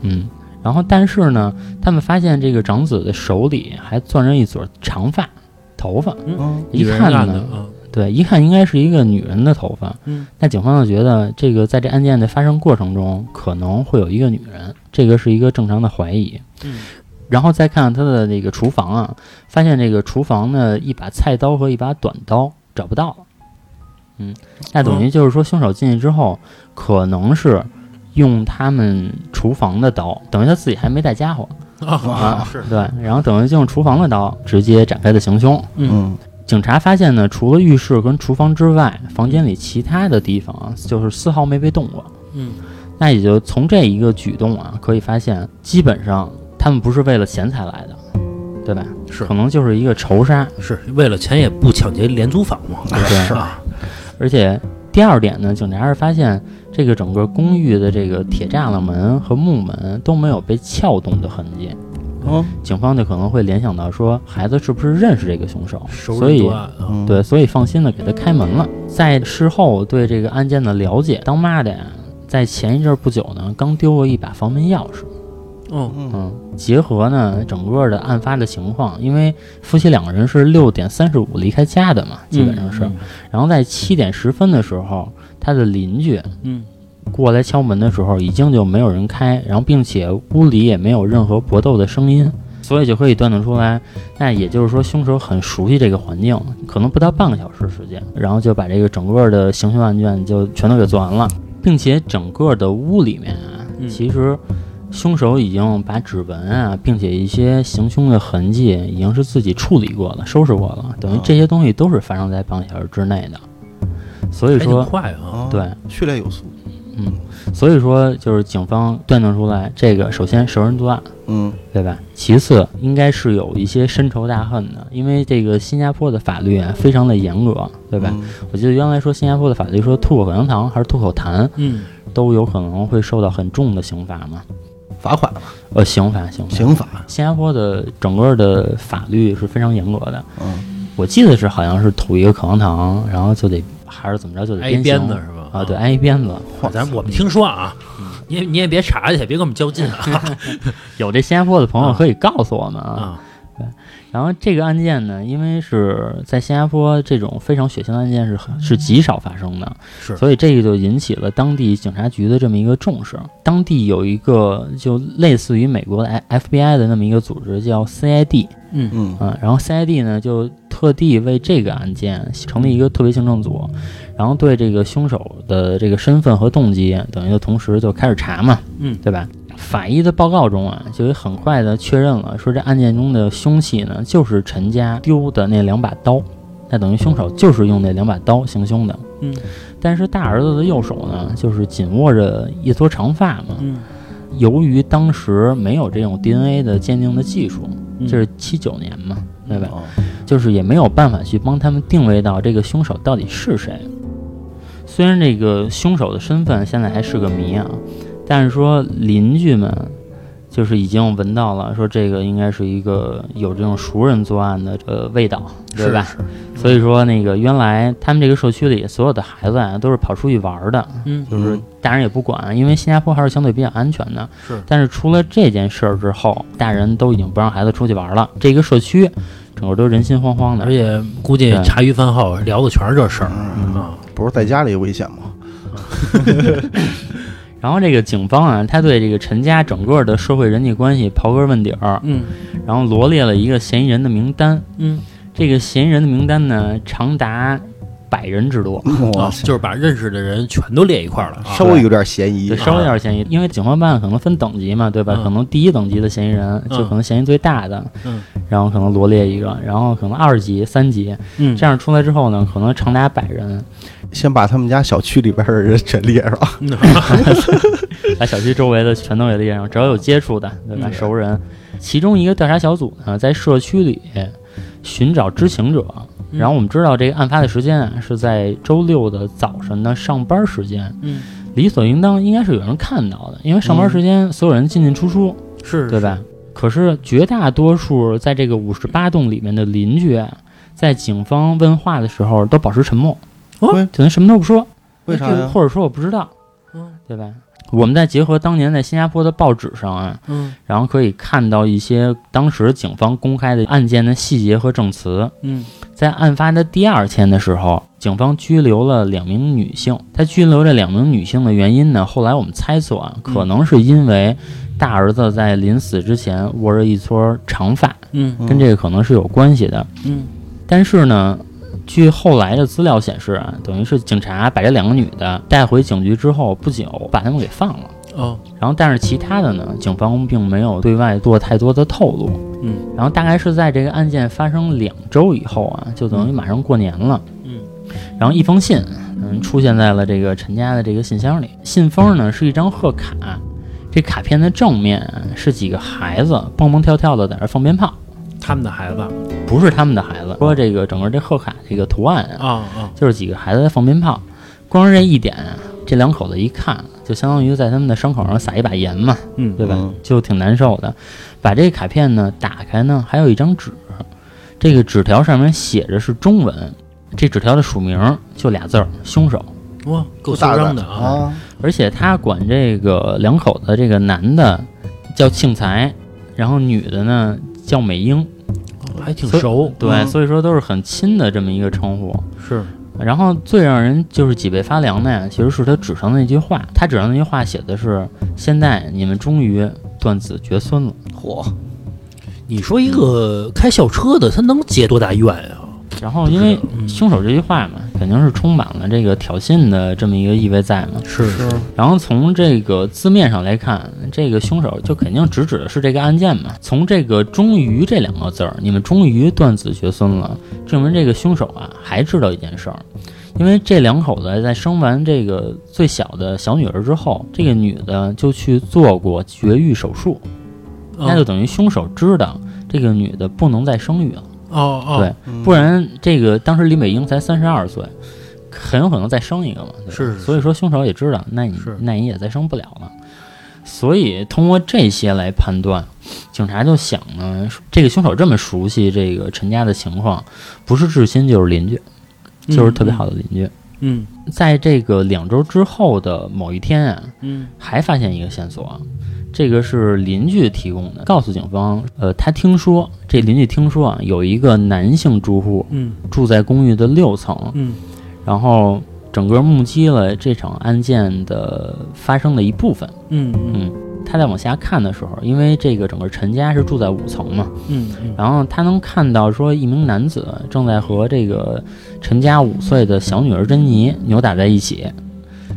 Speaker 4: 嗯，然后但是呢，他们发现这个长子的手里还攥着一撮长发。头发，
Speaker 2: 嗯，
Speaker 4: 一
Speaker 1: 一个人
Speaker 4: 看
Speaker 1: 干的
Speaker 4: 呢，
Speaker 1: 啊，
Speaker 4: 对，一看应该是一个女人的头发。
Speaker 1: 嗯，
Speaker 4: 那警方就觉得这个在这案件的发生过程中，可能会有一个女人，这个是一个正常的怀疑。
Speaker 1: 嗯，
Speaker 4: 然后再看看他的那个厨房啊，发现这个厨房呢一把菜刀和一把短刀找不到了。嗯，那等于
Speaker 1: 哦
Speaker 4: 就是说，凶手进去之后，可能是用他们厨房的刀，等于他自己还没带家伙
Speaker 1: 啊，是，
Speaker 4: 对，然后等于就用厨房的刀直接展开的行凶。
Speaker 2: 嗯，
Speaker 4: 警察发现呢，除了浴室跟厨房之外，房间里其他的地方啊，就是丝毫没被动过。
Speaker 1: 嗯，
Speaker 4: 那也就从这一个举动啊，可以发现，基本上他们不是为了钱财来的，对吧？
Speaker 1: 是
Speaker 4: 可能就是一个仇杀，
Speaker 1: 嗯啊是为了钱也不抢劫廉租房嘛，
Speaker 4: 对，
Speaker 1: 啊，
Speaker 4: 而且第二点呢，警察是发现这个整个公寓的这个铁栅栏门和木门都没有被撬动的痕迹，
Speaker 2: 嗯
Speaker 4: 警方就可能会联想到说孩子是不是认识这个凶手，
Speaker 1: 熟
Speaker 4: 所
Speaker 1: 人
Speaker 4: 以
Speaker 1: 作案啊，
Speaker 2: 嗯，
Speaker 4: 对，所以放心的给他开门了。在事后对这个案件的了解，当妈的呀，在前一阵儿不久呢，刚丢过一把房门钥匙。
Speaker 1: 哦，
Speaker 2: 嗯，
Speaker 4: 嗯，结合呢整个的案发的情况，因为夫妻两个人是六点三十五离开家的嘛，基本上是。
Speaker 1: 嗯
Speaker 4: 然后在七点十分的时候，他的邻居
Speaker 1: 嗯
Speaker 4: 过来敲门的时候，已经就没有人开，然后并且屋里也没有任何搏斗的声音，所以就可以断定出来，那也就是说凶手很熟悉这个环境，可能不到半个小时时间，然后就把这个整个的行凶案卷就全都给做完了，并且整个的屋里面啊，
Speaker 1: 嗯
Speaker 4: 其实。凶手已经把指纹啊，并且一些行凶的痕迹已经是自己处理过了、收拾过了，等
Speaker 1: 哦
Speaker 4: 于这些东西都是发生在半个小时之内的。所以
Speaker 1: 还挺
Speaker 4: 说，
Speaker 1: 快啊，
Speaker 4: 对，
Speaker 2: 训练有素，
Speaker 4: 嗯，所以说就是警方断定出来，这个首先熟人作案，
Speaker 2: 嗯
Speaker 4: 对吧？其次应该是有一些深仇大恨的，因为这个新加坡的法律啊非常的严格，对
Speaker 1: 嗯
Speaker 4: 吧？？
Speaker 2: 嗯
Speaker 4: 我记得原来说新加坡的法律说吐口香糖还是吐口痰
Speaker 1: 嗯，
Speaker 4: 都有可能会受到很重的刑罚嘛，
Speaker 2: 嗯罚款吧，
Speaker 4: 呃，刑罚刑罚。
Speaker 2: 刑法，
Speaker 4: 新加坡的整个的法律是非常严格的，
Speaker 2: 嗯，
Speaker 4: 我记得是好像是吐一个口香糖，然后就得还是怎么着就得
Speaker 1: 挨一
Speaker 4: 鞭
Speaker 1: 鞭
Speaker 4: 刑
Speaker 1: 子是吧？
Speaker 4: 啊，对，，挨一鞭子。
Speaker 1: 咱我们听说啊，你也你也别查去，别跟我们较劲啊
Speaker 4: 有这新加坡的朋友可以告诉我们啊
Speaker 1: 啊，
Speaker 4: 然后这个案件呢，因为是在新加坡这种非常血腥的案件是很是极少发生的，
Speaker 1: 是
Speaker 4: 所以这个就引起了当地警察局的这么一个重视。当地有一个就类似于美国的 F FBI 的那么一个组织叫 CID，
Speaker 1: 嗯
Speaker 2: 嗯
Speaker 4: 嗯，然后 CID 呢就特地为这个案件成立一个特别行政组，然后对这个凶手的这个身份和动机，等于就同时就开始查嘛，
Speaker 1: 嗯
Speaker 4: 对吧？法医的报告中啊，就也很快的确认了，说这案件中的凶器呢，就是陈家丢的那两把刀，那等于凶手就是用那两把刀行凶的。
Speaker 1: 嗯，
Speaker 4: 但是大儿子的右手呢，就是紧握着一撮长发嘛，
Speaker 1: 嗯，
Speaker 4: 由于当时没有这种 DNA 的鉴定的技术，
Speaker 1: 嗯
Speaker 4: 这是七九年嘛，对吧？
Speaker 2: 哦
Speaker 4: 就是也没有办法去帮他们定位到这个凶手到底是谁。虽然这个凶手的身份现在还是个谜啊，但是说邻居们就是已经闻到了，说这个应该是一个有这种熟人作案的呃味道，对吧？所以说那个原来他们这个社区里所有的孩子啊都是跑出去玩儿的，
Speaker 1: 嗯
Speaker 4: 就是
Speaker 2: 嗯
Speaker 4: 大人也不管，因为新加坡还是相对比较安全的。
Speaker 1: 是
Speaker 4: 但是出了这件事儿之后，大人都已经不让孩子出去玩了，这个社区整个都人心惶惶的
Speaker 1: 而。且估计
Speaker 4: 对
Speaker 1: 茶余饭后聊的全是这事儿
Speaker 2: 嗯
Speaker 1: 啊，
Speaker 2: 不是在家里危险吗？
Speaker 4: 然后这个警方啊，他对这个陈家整个的社会人际关系刨根问底儿，
Speaker 1: 嗯
Speaker 4: 然后罗列了一个嫌疑人的名单。
Speaker 1: 嗯，
Speaker 4: 这个嫌疑人的名单呢，长达百人之多。
Speaker 1: 啊
Speaker 2: 我
Speaker 1: 就是把认识的人全都列一块儿了啊，
Speaker 2: 稍微有点嫌疑啊
Speaker 4: 对，，稍微有点嫌疑，因为警方办案可能分等级嘛，对吧？
Speaker 1: 嗯
Speaker 4: 可能第一等级的嫌疑人就可能嫌疑最大的，
Speaker 1: 嗯，
Speaker 4: 然后可能罗列一个，然后可能二级、三级，
Speaker 1: 嗯
Speaker 4: 这样出来之后呢，可能长达百人，
Speaker 2: 先把他们家小区里边的人 全列上，
Speaker 4: 把小区周围的全都给列上，只要有接触的，对吧？
Speaker 1: 嗯
Speaker 4: 熟人，其中一个调查小组呢，在社区里寻找知情者。
Speaker 1: 嗯
Speaker 4: 然后我们知道这个案发的时间啊是在周六的早晨的上班时间，
Speaker 1: 嗯
Speaker 4: 理所应当应该是有人看到的，因为上班
Speaker 2: 嗯
Speaker 4: 时间所有人进进出出，
Speaker 1: 是
Speaker 4: 对吧？？可是绝大多数在这个五十八栋里面的邻居啊，在警方问话的时候都保持沉默，
Speaker 2: 哦
Speaker 4: 可能什么都不说，
Speaker 2: 为啥
Speaker 4: 就
Speaker 2: 呀？
Speaker 4: 或者说我不知道，
Speaker 1: 嗯
Speaker 4: 对吧？我们再结合当年在新加坡的报纸上啊，
Speaker 1: 嗯
Speaker 4: 然后可以看到一些当时警方公开的案件的细节和证词。
Speaker 1: 嗯
Speaker 4: 在案发的第二天的时候，警方拘留了两名女性。他拘留这两名女性的原因呢？后来我们猜测啊，可能是因为大儿子在临死之前握着一撮长发，
Speaker 1: 嗯
Speaker 4: 跟这个可能是有关系的。
Speaker 1: 嗯
Speaker 4: 但是呢，据后来的资料显示啊，等于是警察把这两个女的带回警局之后不久，把她们给放了。
Speaker 1: 哦
Speaker 4: 然后，但是其他的呢，警方并没有对外做太多的透露。
Speaker 1: 嗯，
Speaker 4: 然后大概是在这个案件发生两周以后啊，就等于马上过年了。
Speaker 1: 嗯，
Speaker 4: 然后一封信，嗯，出现在了这个陈家的这个信箱里。信封呢是一张贺卡，这卡片的正面啊是几个孩子蹦蹦跳跳的在那儿放鞭炮，
Speaker 1: 他们的孩子
Speaker 4: 不是他们的孩子。说这个整个这贺卡这个图案啊，
Speaker 1: 啊啊
Speaker 4: 就是几个孩子在放鞭炮。光是这一点，这两口子一看，就相当于在他们的伤口上撒一把盐嘛，
Speaker 1: 嗯
Speaker 4: 对吧？
Speaker 2: 嗯
Speaker 4: 就挺难受的。把这个卡片呢打开呢，还有一张纸，这个纸条上面写着是中文，这纸条的署名就俩字儿：凶手。
Speaker 1: 哇，够嚣
Speaker 2: 大
Speaker 1: 张
Speaker 2: 胆
Speaker 1: 的啊！
Speaker 2: 啊！
Speaker 4: 而且他管这个两口子，这个男的叫庆才，然后女的呢叫美英，
Speaker 1: 还挺熟，
Speaker 4: 对，
Speaker 2: 嗯
Speaker 4: 所以说都是很亲的这么一个称呼。
Speaker 1: 是
Speaker 4: 然后最让人就是脊背发凉的呀，其实是他纸上那句话。他纸上那句话写的是：“现在你们终于断子绝孙了。
Speaker 2: 嚯，
Speaker 1: 你说一个开校车的，他能结多大怨啊？”
Speaker 4: 然后因为
Speaker 1: 嗯
Speaker 4: 凶手这句话嘛，肯定是充满了这个挑衅的这么一个意味在嘛。
Speaker 1: 是
Speaker 2: 是
Speaker 4: 然后从这个字面上来看，这个凶手就肯定直指的是这个案件嘛。从这个“终于”这两个字儿，你们终于断子绝孙了，证明这个凶手啊还知道一件事儿，因为这两口子在生完这个最小的小女儿之后，这个女的就去做过绝育手术，那就
Speaker 1: 哦
Speaker 4: 等于凶手知道这个女的不能再生育了，
Speaker 1: 哦哦，
Speaker 4: 对
Speaker 2: 嗯
Speaker 4: 不然这个当时李美英才三十二岁。很有可能再生一个嘛，对吧
Speaker 1: 是是
Speaker 4: 所以说凶手也知道，那你
Speaker 1: 是
Speaker 4: 那你也再生不了了，所以通过这些来判断，警察就想呢，这个凶手这么熟悉这个陈家的情况，不是至亲就是邻居，
Speaker 1: 嗯
Speaker 4: 就是特别好的邻居。
Speaker 1: 嗯
Speaker 4: 在这个两周之后的某一天啊，
Speaker 1: 嗯
Speaker 4: 还发现一个线索，啊这个是邻居提供的，告诉警方，呃，他听说这邻居听说啊，有一个男性住户
Speaker 1: 嗯
Speaker 4: 住在公寓的六层，
Speaker 1: 嗯
Speaker 4: 然后整个目击了这场案件的发生的一部分。
Speaker 1: 嗯嗯
Speaker 4: 他在往下看的时候，因为这个整个陈家是住在五层嘛，
Speaker 1: 嗯嗯，
Speaker 4: 然后他能看到说一名男子正在和这个陈家五岁的小女儿珍妮扭打在一起。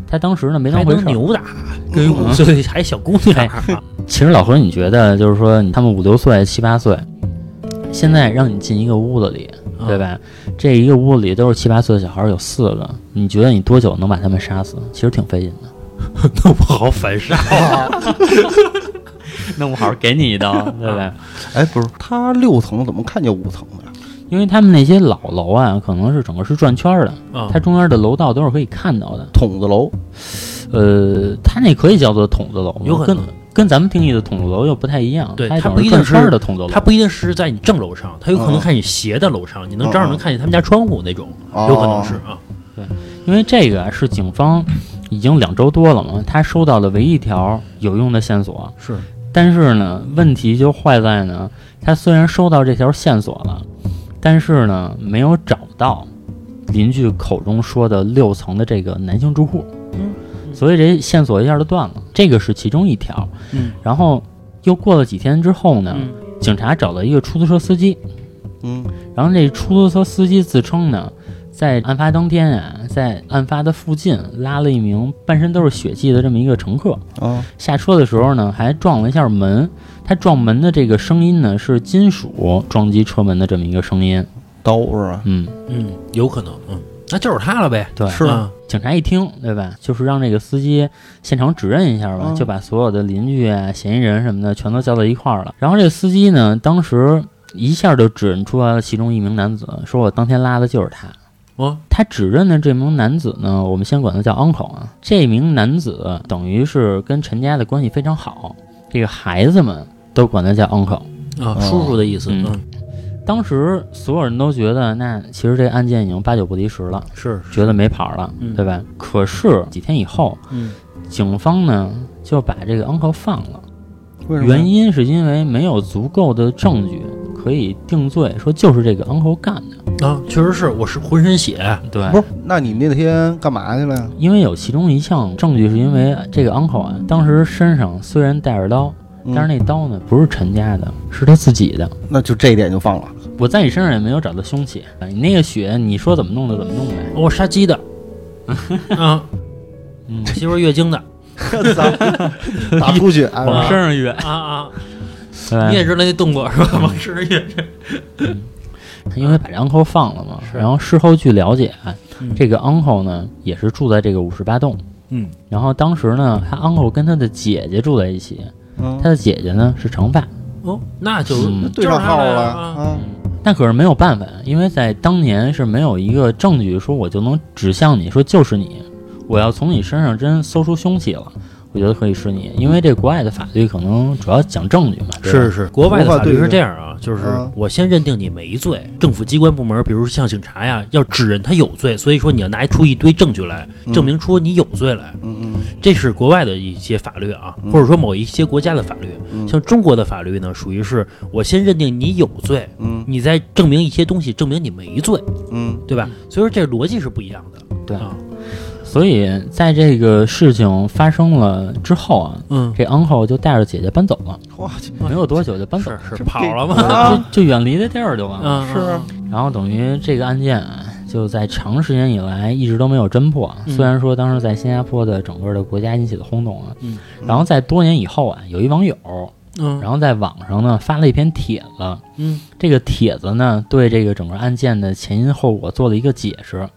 Speaker 4: 他当时 呢没当
Speaker 1: 还
Speaker 4: 回
Speaker 1: 能
Speaker 4: 事儿。
Speaker 1: 扭打，跟五岁还小姑娘啊，
Speaker 4: 其实老何，你觉得就是说你他们五六岁、七八岁，现在让你进一个屋子里，
Speaker 1: 啊
Speaker 4: 对？吧？这一个屋子里都是七八岁的小孩儿，有四个，你觉得你多久能把他们杀死？其实挺费劲 的。
Speaker 1: 弄不好反杀，
Speaker 4: 弄不好给你一刀， 对不对？
Speaker 2: 哎，不是，他六层怎么看见五层的呀？
Speaker 4: 因为他们那些老楼啊，可能是整个是转圈儿的，
Speaker 1: 啊
Speaker 4: 它中间的楼道都是可以看到的。
Speaker 2: 筒子楼，
Speaker 4: 呃，它那可以叫做筒子楼，
Speaker 1: 有可
Speaker 4: 跟
Speaker 1: 能
Speaker 4: 跟咱们定义的筒子楼又不太一样，
Speaker 1: 对
Speaker 4: 它
Speaker 1: 它不一定
Speaker 4: 整个转圈儿
Speaker 1: 是
Speaker 4: 的筒子楼。
Speaker 1: 他不一定是在你正楼上，他有可能看你斜的楼上，你能正好能看见他们家窗户那种，有可能是啊。
Speaker 4: 因为这个啊是警方已经两周多了嘛，他收到的唯一一条有用的线索。
Speaker 1: 是，
Speaker 4: 但是呢，问题就坏在呢，他虽然收到这条线索了，但是呢，没有找到邻居口中说的六层的这个男性住户。
Speaker 1: 嗯，
Speaker 4: 所以这线索一下就断了，这个是其中一条。
Speaker 1: 嗯，
Speaker 4: 然后又过了几天之后呢，
Speaker 1: 嗯
Speaker 4: 警察找了一个出租车司机，
Speaker 2: 嗯，
Speaker 4: 然后这出租车司机自称呢，在案发当天啊，在案发的附近拉了一名半身都是血迹的这么一个乘客。
Speaker 2: 啊，
Speaker 4: 下车的时候呢，还撞了一下门。他撞门的这个声音呢，是金属撞击车门的这么一个声音。
Speaker 2: 刀是吧？
Speaker 4: 嗯，
Speaker 1: 嗯，有可能，嗯，那就是他了呗。
Speaker 4: 对。
Speaker 2: 是
Speaker 1: 啊
Speaker 4: 警察一听，对吧？就是让这个司机现场指认一下吧，
Speaker 2: 嗯
Speaker 4: 就把所有的邻居啊、嫌疑人什么的全都叫到一块儿了。然后这个司机呢，当时一下就指认出来了其中一名男子，说我当天拉的就是他。
Speaker 1: 哦，
Speaker 4: 他指认的这名男子呢，我们先管他叫 uncle 啊。这名男子等于是跟陈家的关系非常好，这个孩子们都管他叫 uncle。
Speaker 1: 啊，
Speaker 2: 哦
Speaker 1: 叔叔的意思，
Speaker 4: 嗯
Speaker 1: 嗯，
Speaker 4: 当时所有人都觉得，那其实这案件已经八九不离十了，
Speaker 1: 是，
Speaker 4: 觉得没跑了，
Speaker 1: 嗯
Speaker 4: 对吧？可是几天以后，
Speaker 1: 嗯
Speaker 4: 警方呢就把这个 uncle 放了，
Speaker 2: 为什么呀
Speaker 4: 原因是因为没有足够的证据可以定罪，说就是这个 uncle 干的。
Speaker 1: 啊，确实是，我是浑身血，
Speaker 4: 对
Speaker 2: 不是？那你那天干嘛去了呀？
Speaker 4: 因为有其中一项证据，是因为这个 uncle 啊，当时身上虽然带着刀，
Speaker 2: 嗯
Speaker 4: 但是那刀呢不是陈家的，是他自己的。
Speaker 2: 那就这一点就放了。
Speaker 4: 我在你身上也没有找到凶器，你那个血，你说怎么弄的怎么弄呗。
Speaker 1: 我杀鸡 的，啊，
Speaker 4: 嗯
Speaker 1: 我，媳妇儿月经的，
Speaker 2: 打出血啊
Speaker 4: 往身上越，
Speaker 1: 啊啊，
Speaker 4: 对
Speaker 1: 你也
Speaker 4: 吧？
Speaker 1: 知道那动作是吧？往吃越是
Speaker 4: 因为把这 uncle 放了嘛，
Speaker 1: 是
Speaker 4: 然后事后据了解啊
Speaker 1: 嗯，
Speaker 4: 这个 uncle 呢也是住在这个五十八栋。
Speaker 1: 嗯，
Speaker 4: 然后当时呢，他 uncle 跟他的姐姐住在一起，
Speaker 2: 嗯
Speaker 4: 他的姐姐呢是长发，
Speaker 1: 哦，那就
Speaker 4: 嗯
Speaker 2: 对上号
Speaker 1: 了
Speaker 2: 了
Speaker 1: 啊，
Speaker 2: 啊！
Speaker 4: 但可是没有办法，因为在当年是没有一个证据说我就能指向你说就是你，我要从你身上真搜出凶器了，我觉得可以是你，因为这国外的法律可能主要讲证据嘛。对吧
Speaker 1: 是是，国外的
Speaker 2: 国外
Speaker 1: 法律
Speaker 2: 对
Speaker 1: 是
Speaker 2: 对
Speaker 1: 这样啊，就是
Speaker 2: 啊
Speaker 1: 我先认定你没罪，政府机关部门，比如像警察呀，要指认他有罪，所以说你要拿出一堆证据来
Speaker 2: 嗯
Speaker 1: 证明出你有罪来，
Speaker 2: 嗯嗯
Speaker 1: 这是国外的一些法律啊，或者说某一些国家的法律。
Speaker 2: 嗯
Speaker 1: 像中国的法律呢，属于是我先认定你有罪，
Speaker 2: 嗯
Speaker 1: 你再证明一些东西，证明你没罪，
Speaker 2: 嗯
Speaker 1: 对吧？所以说这逻辑是不一样的。
Speaker 4: 对
Speaker 1: 啊，
Speaker 4: 所以在这个事情发生了之后啊，
Speaker 1: 嗯，
Speaker 4: 这 uncle 就带着姐姐搬走了，
Speaker 2: 嗯，哇，这
Speaker 4: 没有多久就搬走了，
Speaker 1: 是是跑了吗？
Speaker 2: 啊
Speaker 4: 就就远离这地儿就完了。
Speaker 1: 嗯，
Speaker 2: 是啊
Speaker 4: 然后等于这个案件啊就在长时间以来一直都没有侦破，
Speaker 1: 嗯
Speaker 4: 虽然说当时在新加坡的整个的国家引起的轰动啊，
Speaker 1: 嗯
Speaker 4: 然后在多年以后啊，有一网友，
Speaker 1: 嗯，
Speaker 4: 然后在网上呢发了一篇帖子，
Speaker 1: 嗯
Speaker 4: 这个帖子呢对这个整个案件的前因后果做了一个解释，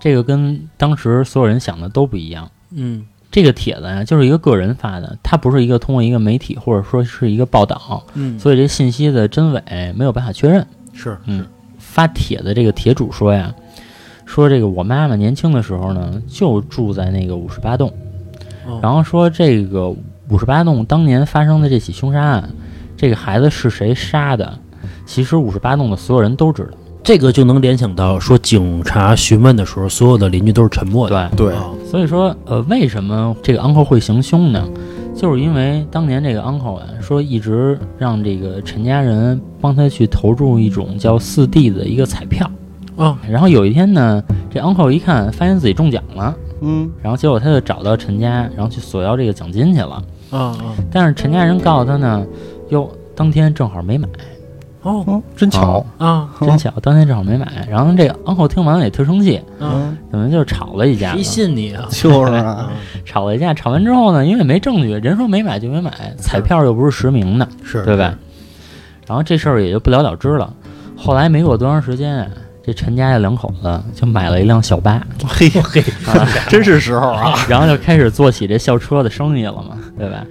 Speaker 4: 这个跟当时所有人想的都不一样。
Speaker 1: 嗯
Speaker 4: 这个帖子啊，就是一个个人发的，它不是一个通过一个媒体或者说是一个报道，
Speaker 1: 嗯，
Speaker 4: 所以这信息的真伪没有办法确认。
Speaker 1: 是
Speaker 4: 嗯，发帖的这个帖主说呀，说这个我妈妈年轻的时候呢，就住在那个五十八栋，
Speaker 1: 哦
Speaker 4: 然后说这个五十八栋当年发生的这起凶杀案，这个孩子是谁杀的，其实五十八栋的所有人都知道。
Speaker 1: 这个就能联想到说，警察询问的时候，所有的邻居都是沉默的。
Speaker 4: 对，
Speaker 2: 对，
Speaker 1: 啊
Speaker 4: 所以说，呃，为什么这个 uncle 会行凶呢？就是因为当年这个 uncle 啊，说一直让这个陈家人帮他去投注一种叫四 D 的一个彩票，
Speaker 1: 啊，
Speaker 4: 然后有一天呢，这 uncle 一看，发现自己中奖了，
Speaker 2: 嗯
Speaker 4: 然后结果他就找到陈家，然后去索要这个奖金去了。
Speaker 1: 啊啊
Speaker 4: 但是陈家人告诉他呢，哟，当天正好没买，
Speaker 1: 哦
Speaker 2: 嗯，真巧，
Speaker 1: 啊
Speaker 4: 真巧，当天正好没买。然后这个 uncle 听完了也特生气，
Speaker 1: 啊，
Speaker 2: 嗯，
Speaker 4: 等于就是吵了一架
Speaker 1: 谁
Speaker 4: 嘛。
Speaker 1: 信你啊？
Speaker 2: 就是啊，
Speaker 4: 吵了一架，吵完之后呢，因为没证据，人说没买就没买，彩票又不是实名的，
Speaker 1: 是
Speaker 4: 对吧？？然后这事儿也就不了了之了。后来没过多长时间啊，这陈家这两口子就买了一辆小巴，
Speaker 2: 嘿嘿，真是时候啊，
Speaker 4: 然后就开始做起这校车的生意了嘛，对吧？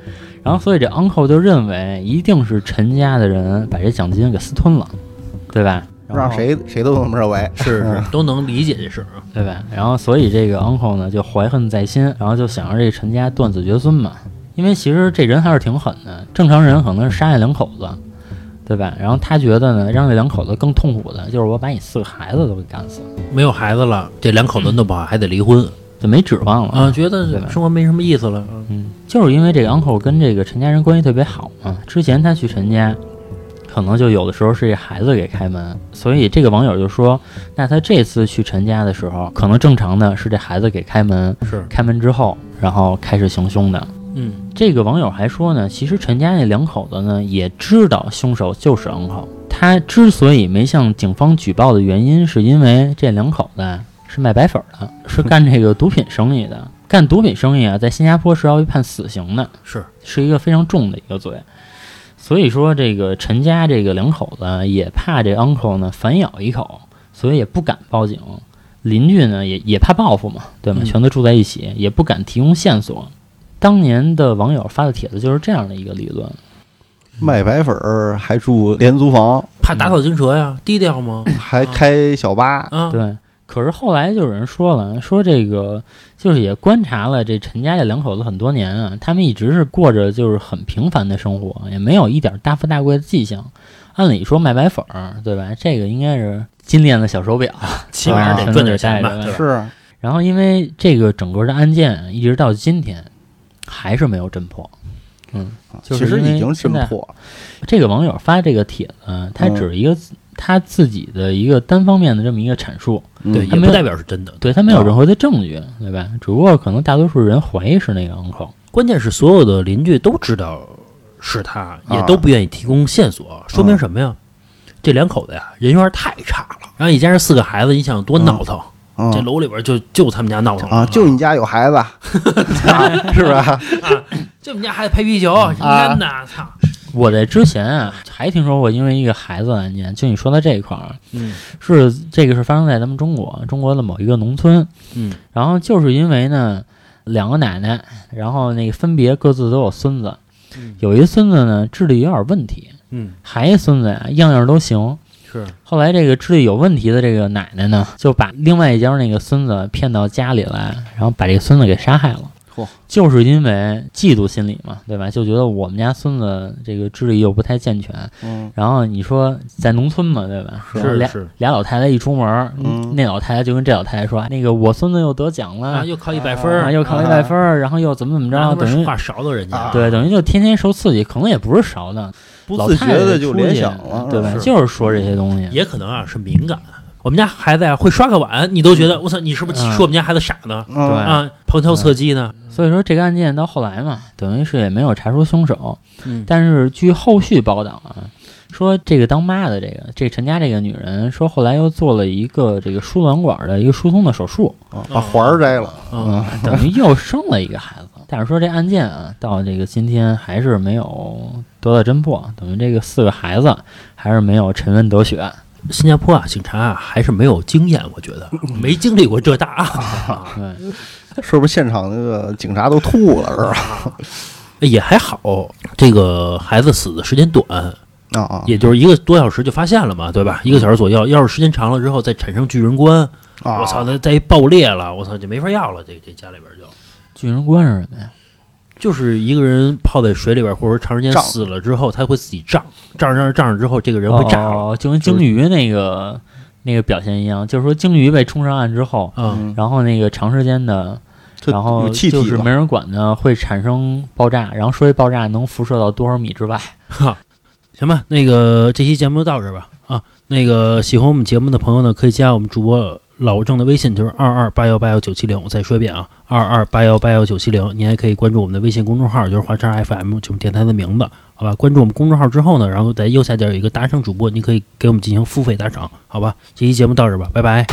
Speaker 4: 然后所以这 uncle 就认为一定是陈家的人把这奖金给私吞了，对吧？然后
Speaker 2: 让谁谁都这么认为，嗯
Speaker 1: 是是，都能理解这事儿啊。
Speaker 4: 对吧？然后所以这个 uncle 呢就怀恨在心，然后就想让这个陈家断子绝孙嘛。因为其实这人还是挺狠的，正常人可能是杀这两口子，对吧？然后他觉得呢，让这两口子更痛苦的就是我把你四个孩子都给干死，
Speaker 1: 没有孩子了，这两口子弄不好还得离婚
Speaker 4: 就没指望了
Speaker 1: 啊，。觉
Speaker 4: 对吧
Speaker 1: 得生活没什么意思了。啊
Speaker 4: 嗯，就是因为这个 uncle 跟这个陈家人关系特别好嘛，之前他去陈家，可能就有的时候是这孩子给开门，所以这个网友就说，那他这次去陈家的时候，可能正常的是这孩子给开门，
Speaker 1: 是，
Speaker 4: 开门之后，然后开始行凶的。
Speaker 1: 嗯
Speaker 4: 这个网友还说呢，其实陈家那两口子呢也知道凶手就是 uncle，他之所以没向警方举报的原因，是因为这两口子啊是卖白粉儿
Speaker 1: 嗯
Speaker 4: 的，是干这个毒品生意的。干毒品生意啊，在新加坡是要被判死刑的，
Speaker 1: 是
Speaker 4: 是一个非常重的一个罪。所以说，这个陈家这个两口子也怕这 uncle 呢反咬一口，所以也不敢报警。邻居呢也也怕报复嘛，对吗？
Speaker 1: 嗯
Speaker 4: 全都住在一起，也不敢提供线索。当年的网友发的帖子就是这样的一个理论，
Speaker 2: 卖白粉儿还住廉租房，
Speaker 1: 怕打草惊蛇呀，低调吗？
Speaker 2: 还开小巴，
Speaker 1: 啊，
Speaker 4: 对。可是后来就有人说了，说这个就是也观察了这陈家这两口子很多年啊，他们一直是过着就是很平凡的生活，也没有一点大富大贵的迹象。按理说卖白粉儿，对吧？这个应该是金链子、小手表，
Speaker 1: 起码得赚点钱吧
Speaker 4: 啊。
Speaker 1: 对吧
Speaker 2: 是
Speaker 4: 然后因为这个整个的案件一直到今天还是没有侦破。嗯，就
Speaker 2: 其
Speaker 4: 是
Speaker 2: 实
Speaker 4: 因为
Speaker 2: 已经
Speaker 4: 现
Speaker 2: 侦
Speaker 4: 在
Speaker 2: 破了，
Speaker 4: 这个网友发这个帖子啊，他
Speaker 2: 嗯
Speaker 4: 只是一个、他自己的一个单方面的这么一个阐述，
Speaker 2: 嗯
Speaker 1: 对，也
Speaker 4: 没
Speaker 1: 不
Speaker 4: 有
Speaker 1: 代表是真的。
Speaker 4: 对他没有任何的证据，对吧？只不过可能大多数人怀疑是那个 uncle。
Speaker 1: 关键是所有的邻居都知道是他，也都不愿意提供线索，说明什么呀？这两口子呀，人缘太差了。然后一家人四个孩子，你想多闹腾？
Speaker 2: 嗯
Speaker 1: 这楼里边就就他们家闹腾了
Speaker 2: 啊，就你家有 孩子，啊是吧？
Speaker 1: 就我们家孩子拍皮球，天哪，操！
Speaker 4: 我在之前啊还听说过因为一个孩子的案件，就你说到这一块儿，
Speaker 1: 嗯
Speaker 4: 是这个是发生在咱们中国中国的某一个农村，
Speaker 1: 嗯
Speaker 4: 然后就是因为呢，两个奶奶，然后那个分别各自都有孙子，有一孙子呢智力有点问题，
Speaker 1: 嗯，
Speaker 4: 还一孙子呀样样都行，
Speaker 1: 是
Speaker 4: 后来这个智力有问题的这个奶奶呢，就把另外一家那个孙子骗到家里来，然后把这个孙子给杀害了。
Speaker 2: 嚯
Speaker 4: 就是因为嫉妒心理嘛，对吧？就觉得我们家孙子这个智力又不太健全，
Speaker 2: 嗯，
Speaker 4: 然后你说在农村嘛，对吧？然后
Speaker 1: 是
Speaker 4: 俩
Speaker 1: 是
Speaker 4: 俩老太太一出门，
Speaker 2: 嗯
Speaker 4: 那老太太就跟这老太太说：“那个我孙子又得奖了，
Speaker 1: 啊，又考一百分
Speaker 4: 啊
Speaker 1: 儿，
Speaker 4: 又考一百分儿，然后又怎么怎么
Speaker 1: 然
Speaker 4: 着，
Speaker 1: 后
Speaker 4: 等于
Speaker 1: 话勺到人家，
Speaker 2: 啊
Speaker 4: 对，等于就天天受刺激，可能也不是少的，
Speaker 2: 不
Speaker 4: 老
Speaker 2: 自
Speaker 4: 太
Speaker 2: 觉
Speaker 4: 太
Speaker 2: 的就
Speaker 4: 出
Speaker 2: 联
Speaker 4: 去
Speaker 2: 想了，
Speaker 4: 对吧？
Speaker 1: 是
Speaker 4: 就是说这些东西，
Speaker 1: 也可能啊是敏感。我们家孩子呀会刷个碗，你都觉得我操，你是不是
Speaker 4: 嗯
Speaker 1: 说我们家孩子傻呢？
Speaker 4: 对
Speaker 2: 嗯，
Speaker 1: 啊，旁敲侧击呢？
Speaker 4: 所以说这个案件到后来嘛，等于是也没有查出凶手，
Speaker 1: 嗯
Speaker 4: 但是据后续报道啊，说这个当妈的这个这陈家这个女人，说后来又做了一个这个输卵管的一个疏通的手术，
Speaker 2: 啊把环儿摘了，
Speaker 1: 嗯，
Speaker 4: 等于又生了一个孩子。 但是说这案件啊，到这个今天还是没有得到侦破，等于这个四个孩子还是没有沉冤得雪。
Speaker 1: 新加坡啊，警察啊还是没有经验，我觉
Speaker 2: 嗯
Speaker 1: 得没经历过这大啊
Speaker 2: 啊
Speaker 1: 案，
Speaker 4: 对，
Speaker 2: 是不是现场那个警察都吐了是吧？
Speaker 1: 也还好。这个孩子死的时间短，
Speaker 2: 啊嗯啊
Speaker 1: 也就是一个多小时就发现了嘛，对吧？一个小时左右。要是时间长了之后再产生巨人观，
Speaker 2: 啊！
Speaker 1: 我操，那再一爆裂了，我操就没法要了。这这家里边就
Speaker 4: 巨人观是什么呀？
Speaker 1: 就是一个人泡在水里边，或者说长时间
Speaker 2: 胀
Speaker 1: 死了之后，他会自己胀，胀着胀着胀着之后，这个人会炸了。
Speaker 4: 哦，就跟鲸鱼那个那个表现一样，就是说鲸鱼被冲上岸之后，
Speaker 1: 嗯，
Speaker 2: 嗯，
Speaker 4: 然后那个长时间的，
Speaker 2: 这
Speaker 4: 然后
Speaker 2: 有气
Speaker 4: 就
Speaker 2: 体
Speaker 4: 是
Speaker 2: 吧
Speaker 4: 没人管的，会产生爆炸，然后说这爆炸能辐射到多少米之外？
Speaker 1: 行吧，那个这期节目就到这儿吧啊。那个喜欢我们节目的朋友呢，可以加我们主播老郑的微信，就是二二八幺八幺九七零。我再说一遍啊，二二八幺八幺九七零。您还可以关注我们的微信公众号，就是华沙 FM，就是我们电台的名字，好吧？关注我们公众号之后呢，然后在右下角有一个打赏主播，您可以给我们进行付费打赏，好吧？这期节目到这儿吧，拜拜。